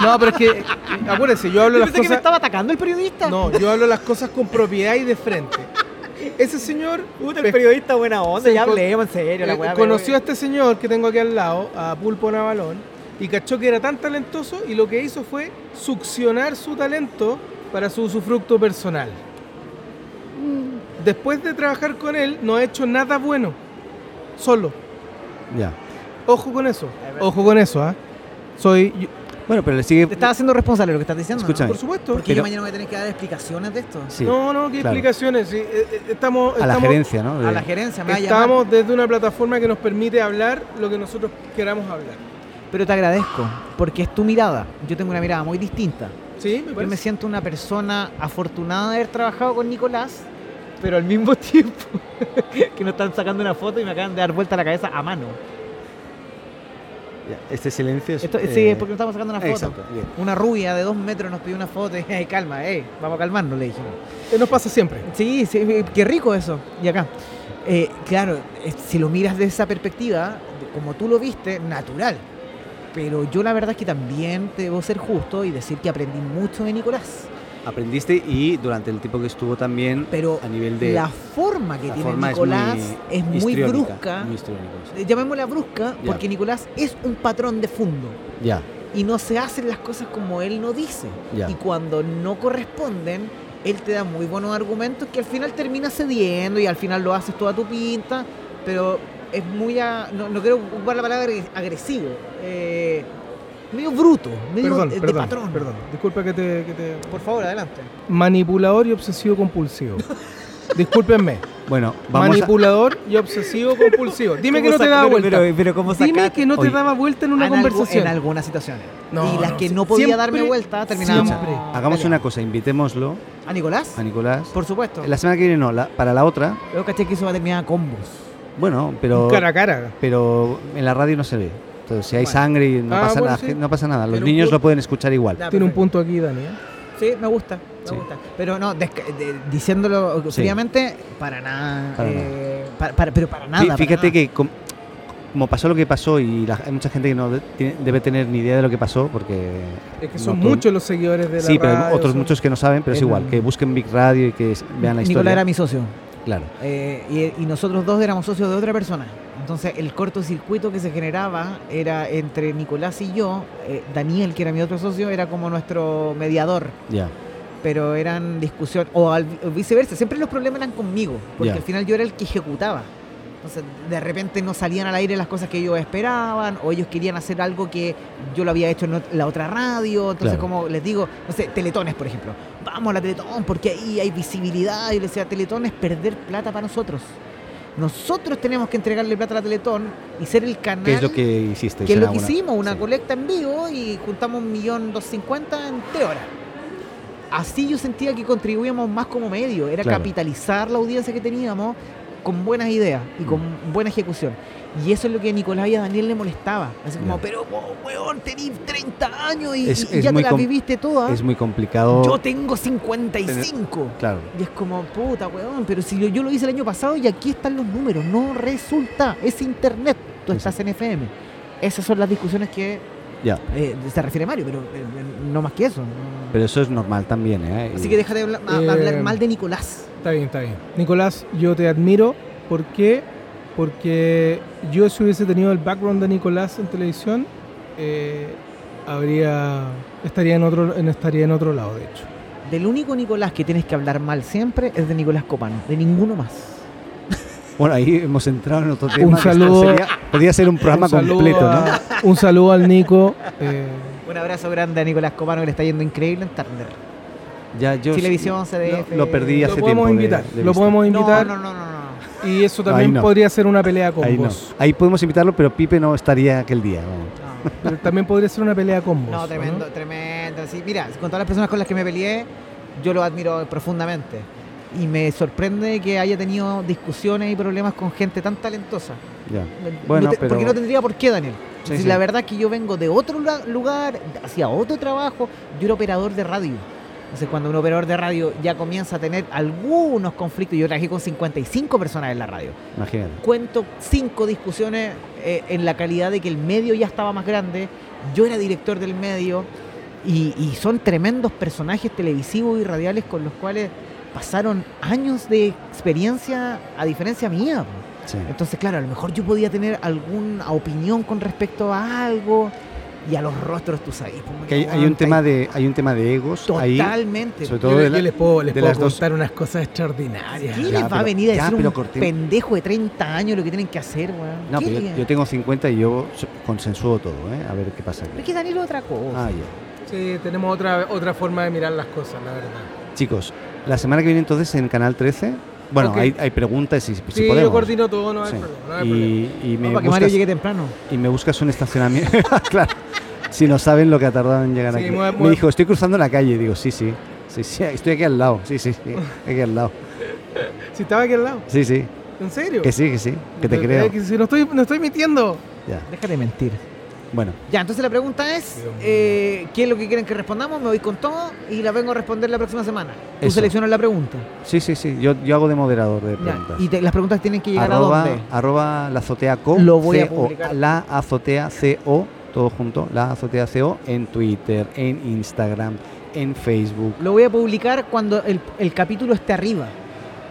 No, pero es que, eh, acuérdense, yo hablo las
que me
cosas.
estaba atacando el periodista.
No, yo hablo las cosas con propiedad y de frente. Ese señor.
Puta,
pe-
el periodista buena onda.
Sí,
ya
con-
hablemos en serio. La
eh,
weá,
conoció a
pero-
este señor que tengo aquí al lado, a Pulpo Navalón, y cachó que era tan talentoso y lo que hizo fue succionar su talento para su usufructo personal.
Mm.
Después de trabajar con él, no ha hecho nada bueno. Solo.
Ya.
Ojo con eso.
Es verdad.
Ojo con eso, ¿ah? Soy. yo-
Bueno, pero le sigue.
Te estás haciendo responsable de lo que estás diciendo.
Escúchame.
por supuesto.
Porque yo
Pero-
mañana voy a tener que dar explicaciones de esto.
Sí.
No, no, qué
claro.
explicaciones. sí, eh, eh, estamos,
A la
estamos-
gerencia, ¿no?
A
De-
la gerencia, me va a llamar.
eh, estamos desde una plataforma que nos permite hablar lo que nosotros queramos hablar.
Pero te agradezco, porque es tu mirada. Yo tengo una mirada muy distinta.
Sí, pues. me
Yo me
parece.
siento una persona afortunada de haber trabajado con Nicolás, pero al mismo tiempo que nos están sacando una foto y me acaban de dar vuelta la cabeza a mano.
Ya, Este silencio es.
Esto-
eh,
sí, es porque nos estamos sacando una foto.
Exacto. bien.
Una rubia de dos metros nos pidió una foto y "Ey, calma, eh, vamos a calmarnos, le dijimos.
Eh, nos pasa siempre.
Sí, sí, eh, qué rico eso. Y acá. Eh, claro, eh, si lo miras desde esa perspectiva, como tú lo viste, natural. Pero yo la verdad es que también debo ser justo y decir que aprendí mucho de Nicolás.
Aprendiste y durante el tiempo que estuvo también.
Pero
a nivel de.
la forma que
la
tiene
forma
Nicolás es muy,
histriónica,
brusca.
muy histriónica, sí.
Eh, Llamémosla brusca
Ya.
porque Nicolás es un patrón de fondo
Ya,
y no se hacen las cosas como él no dice.
ya.
Y cuando no corresponden, él te da muy buenos argumentos que al final termina cediendo y al final lo haces toda tu pinta, pero es muy... a- no, no quiero ocupar la palabra agre- agresivo. eh, medio bruto, medio
Perdón,
de, de
perdón,
patrón.
perdón. Disculpa que te, que te-
Por favor, adelante.
Manipulador y obsesivo compulsivo. Discúlpenme.
Bueno, vamos a.
Manipulador y obsesivo compulsivo. Dime que no te daba vuelta. Dime que no te
Oye,
daba vuelta en una
en algu-
conversación.
en algunas situaciones.
No,
y las
no,
que
sí.
no podía
Siempre,
darme vuelta, terminábamos.
siempre.
Hagamos una
peleando.
cosa, invitémoslo
¿A Nicolás?
a Nicolás.
Por supuesto.
La semana que viene no, la- para la otra.
Yo caché que eso va a terminar a combos.
Bueno, pero.
Cara a cara.
Pero en la radio no se ve. Entonces, si hay
Bueno.
sangre y no,
Ah,
pasa,
bueno,
nada,
sí.
no pasa nada. Los
Pero un
niños
poco-
lo pueden escuchar igual.
Ya,
Tiene un
perfecto.
punto aquí, ¿eh? Daniel.
Sí, me gusta, me
Sí.
gusta. Pero no, desca- de- diciéndolo
Sí.
seriamente, para nada.
Para
eh, para- para- pero para nada.
Fí-
para
Fíjate
nada.
que com- como pasó lo que pasó y la- hay mucha gente que no de- tiene- debe tener ni idea de lo que pasó porque
Es que
no
son
todo-
muchos los seguidores de la
Sí, pero
radio,
otros
son-
muchos que no saben, pero es
en-
igual, que busquen Big Radio y que s- vean la
Nicolás
historia.
era mi socio.
Claro.
eh, y, y nosotros dos éramos socios de otra persona. Entonces, el cortocircuito que se generaba era entre Nicolás y yo. eh, Daniel, que era mi otro socio, era como nuestro mediador.
Ya.
pero eran discusión o, al- o viceversa, siempre los problemas eran conmigo, porque
Ya.
al final yo era el que ejecutaba. Entonces, de repente no salían al aire las cosas que ellos esperaban, o ellos querían hacer algo que yo lo había hecho en ot- la otra radio. Entonces,
Claro.
como les digo, no sé, teletones, por ejemplo. Vamos a la teletón, porque ahí hay visibilidad. Y les decía, teletón es perder plata para nosotros. Nosotros tenemos que entregarle plata a la teletón y ser el canal.
¿Qué es lo que hiciste?
que es lo que
Alguna-
hicimos, una
sí.
colecta en vivo y juntamos un millón dos cincuenta en tres horas. Así yo sentía que contribuíamos más como medio, era
Claro.
capitalizar la audiencia que teníamos con buenas ideas y con
Mm.
buena ejecución. Y eso es lo que a Nicolás y a Daniel le molestaba. Así como,
Ya.
pero vos, weón, tenés 30 años y,
Es-
y
es
ya
muy
te la
com-
viviste toda.
Es muy complicado.
Yo tengo 55.
Claro.
Y es como, puta, weón, pero si yo, yo lo hice el año pasado y aquí están los números, no resulta, es internet, tú estás en FM. Esas son las discusiones que
Ya.
eh, se refiere Mario, pero eh, no más que eso. no.
Pero eso es normal también, ¿eh?
Así que deja de hablar, a-
Eh,
hablar mal de Nicolás.
Está bien, está bien. Nicolás, yo te admiro. ¿Por qué? Porque yo si hubiese tenido el background de Nicolás en televisión, eh, habría estaría en otro en- estaría en otro lado, de hecho.
Del único Nicolás que tienes que hablar mal siempre es de Nicolás Copano, de ninguno más.
Bueno, ahí hemos entrado en otro tema. que
saludo-
sería- podría ser un programa
Un saludo
completo, ¿no?
a- Un saludo al Nico. eh,
Un abrazo grande a Nicolás Copano que le está yendo increíble en Turner.
Ya, yo
Televisión,
lo,
CDF.
lo perdí
Y
lo
hace tiempo.
podemos
de-
invitar,
de
lo
vista.
podemos
No,
invitar
no, no, no, no.
y eso
No, ahí
también
no.
podría ser una pelea con
Ahí no.
vos.
Ahí podemos invitarlo, pero Pipe no estaría aquel día. ¿no?
no.
Pero también podría ser una pelea con vos.
No,
¿o
tremendo, tremendo. Sí, mira, con todas las personas con las que me peleé, yo lo admiro profundamente. Y me sorprende que haya tenido discusiones y problemas con gente tan talentosa.
Ya.
No
Bueno,
te-
pero-
Porque no tendría por qué, Daniel.
Sí,
Si
sí.
La verdad es que yo vengo de otro lu- lugar, hacia otro trabajo, yo era operador de radio. Entonces, cuando un operador de radio ya comienza a tener algunos conflictos, yo trabajé con 55 personas en la radio
Imagínate.
cuento cinco discusiones eh, en la calidad de que el medio ya estaba más grande, yo era director del medio y, y son tremendos personajes televisivos y radiales con los cuales pasaron años de experiencia a diferencia mía. po.
Sí.
Entonces, claro, a lo mejor yo podía tener alguna opinión con respecto a algo y a los rostros, tú sabes. po,
Que hay, hay
aguanta,
un tema de, hay un tema de egos ahí.
Totalmente.
Sobre
Yo,
todo
le-
de la-
yo les puedo, les
de
puedo
las dos.
contar unas cosas extraordinarias.
¿Quién
Ya,
les va a
pero-
venir a
ya,
decir
pero
un
cortemos.
pendejo de 30 años lo que tienen que hacer, weón?
No,
¿Qué
pero yo,
le-
yo tengo 50 y yo so- consensúo todo, ¿eh? A ver qué pasa
Pero
aquí.
es que Daniel es otra cosa.
Ah, ya.
Sí, tenemos otra, otra forma de mirar las cosas, la verdad.
Chicos, la semana que viene entonces en Canal 13. Bueno,
Ok.
hay, hay preguntas y si, si
Sí, yo
podemos.
coordino todo, no hay
Sí.
problema. No hay problema.
y, y me
No, para que Mario
buscas,
llegue temprano.
y me buscas un estacionamiento. claro. Si no saben lo que ha tardado en llegar
Sí,
aquí.
mueve-
Me
mueve-
dijo, estoy cruzando la calle. Digo, sí, sí. Sí, sí, estoy aquí al lado. Sí, sí, sí. Aquí al lado.
Si estaba aquí al lado,
Sí, sí.
¿en serio?
Que sí, que sí. Que te
Pero,
creo.
eh, que si no estoy, no estoy mintiendo.
Ya.
Déjate mentir.
Bueno,
Ya, entonces la pregunta es,
Dios mío.
eh, ¿qué es lo que quieren que respondamos? Me voy con todo y la vengo a responder la próxima semana. Tú
Eso.
seleccionas la pregunta.
sí, sí, sí. Yo, yo hago de moderador de
Ya,
preguntas.
Y te- las preguntas tienen que llegar
arroba,
a dónde.
arroba la azotea co
Lo voy a
CO,
publicar.
la azotea co todo junto la azotea co en Twitter en Instagram en Facebook
Lo voy a publicar cuando el, el capítulo esté arriba.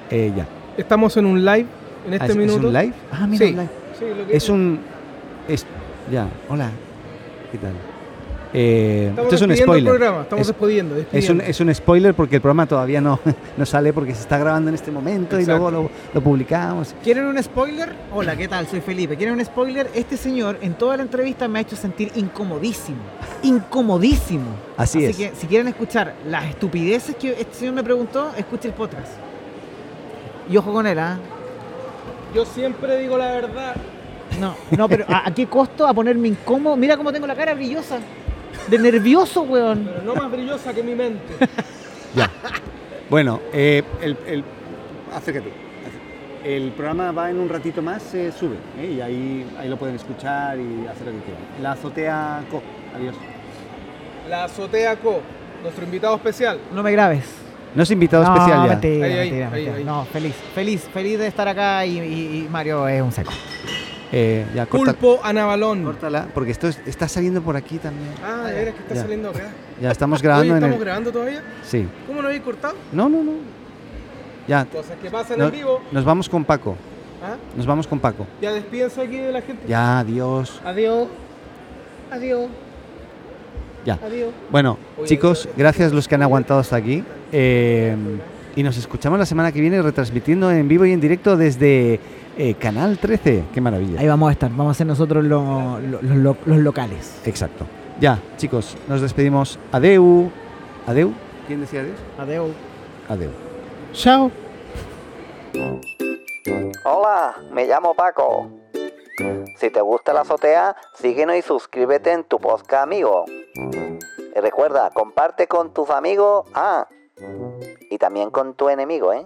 eh, ya
Estamos en un live en este
Ah, ¿es, es
minuto.
un live
Ah, mira,
Sí.
la-
Sí, lo que-
es un es ya hola qué tal Eh,
Estamos
esto es un
despidiendo el
spoiler
programa, estamos
Es-
despidiendo,
es un,
despidiendo.
es un spoiler porque el programa todavía no, no sale porque se está grabando en este momento
Exacto.
y luego lo, lo publicamos.
¿Quieren un spoiler? Hola, ¿qué tal? Soy Felipe. ¿Quieren un spoiler? Este señor en toda la entrevista me ha hecho sentir incomodísimo. Incomodísimo.
Así, es.
Así que si quieren escuchar las estupideces que este señor me preguntó, escuche el podcast. Y ojo con él, ¿ah?
Yo siempre digo la verdad.
No, no, pero ¿a, a qué costo? A ponerme incómodo. Mira cómo tengo la cara brillosa. De nervioso, weón.
Pero no más brillosa que mi mente.
Ya. Bueno, eh, el, el- acércate. El programa va en un ratito más, se sube, ¿eh? y ahí, ahí lo pueden escuchar y hacer lo que quieran. La azotea co. Adiós.
La azotea Co, nuestro invitado especial.
No me grabes.
No es invitado
no,
especial ya.
mentira,
Ahí, ahí,
mentira,
ahí,
mentira.
ahí.
No, feliz, feliz, feliz de estar acá y, y- y Mario es un seco.
Eh, ya, corta-
Pulpo Anabalón.
córtala, porque esto es- está saliendo por aquí también.
Ah, de veras que está
Ya.
saliendo acá.
Ya Ah, estamos
Oye,
grabando
¿Estamos
en el.
grabando todavía?
Sí.
¿Cómo lo habéis cortado?
No, no, no. Ya.
Cosas que pasan
no-
en vivo.
nos vamos con Paco.
¿ah?
Nos vamos con Paco.
Ya despídense aquí de la gente.
Ya, adiós.
Adiós. Adiós.
Ya.
Adiós.
Bueno,
Oye,
chicos,
eso-
gracias a los que han aguantado hasta aquí. Eh, y nos escuchamos la semana que viene retransmitiendo en vivo y en directo desde eh, Canal 13. Qué maravilla.
Ahí vamos a estar, vamos a ser nosotros lo- lo- los lo- los locales.
Exacto. Ya, chicos, nos despedimos. Adeu. Adeu. ¿Quién decía adiós?
Adiós.
Adeu.
Chao.
Hola, me llamo Paco. Si te gusta la azotea, síguenos y suscríbete en tu podcast amigo. Y recuerda, comparte con tus amigos, ah, y también con tu enemigo, ¿eh?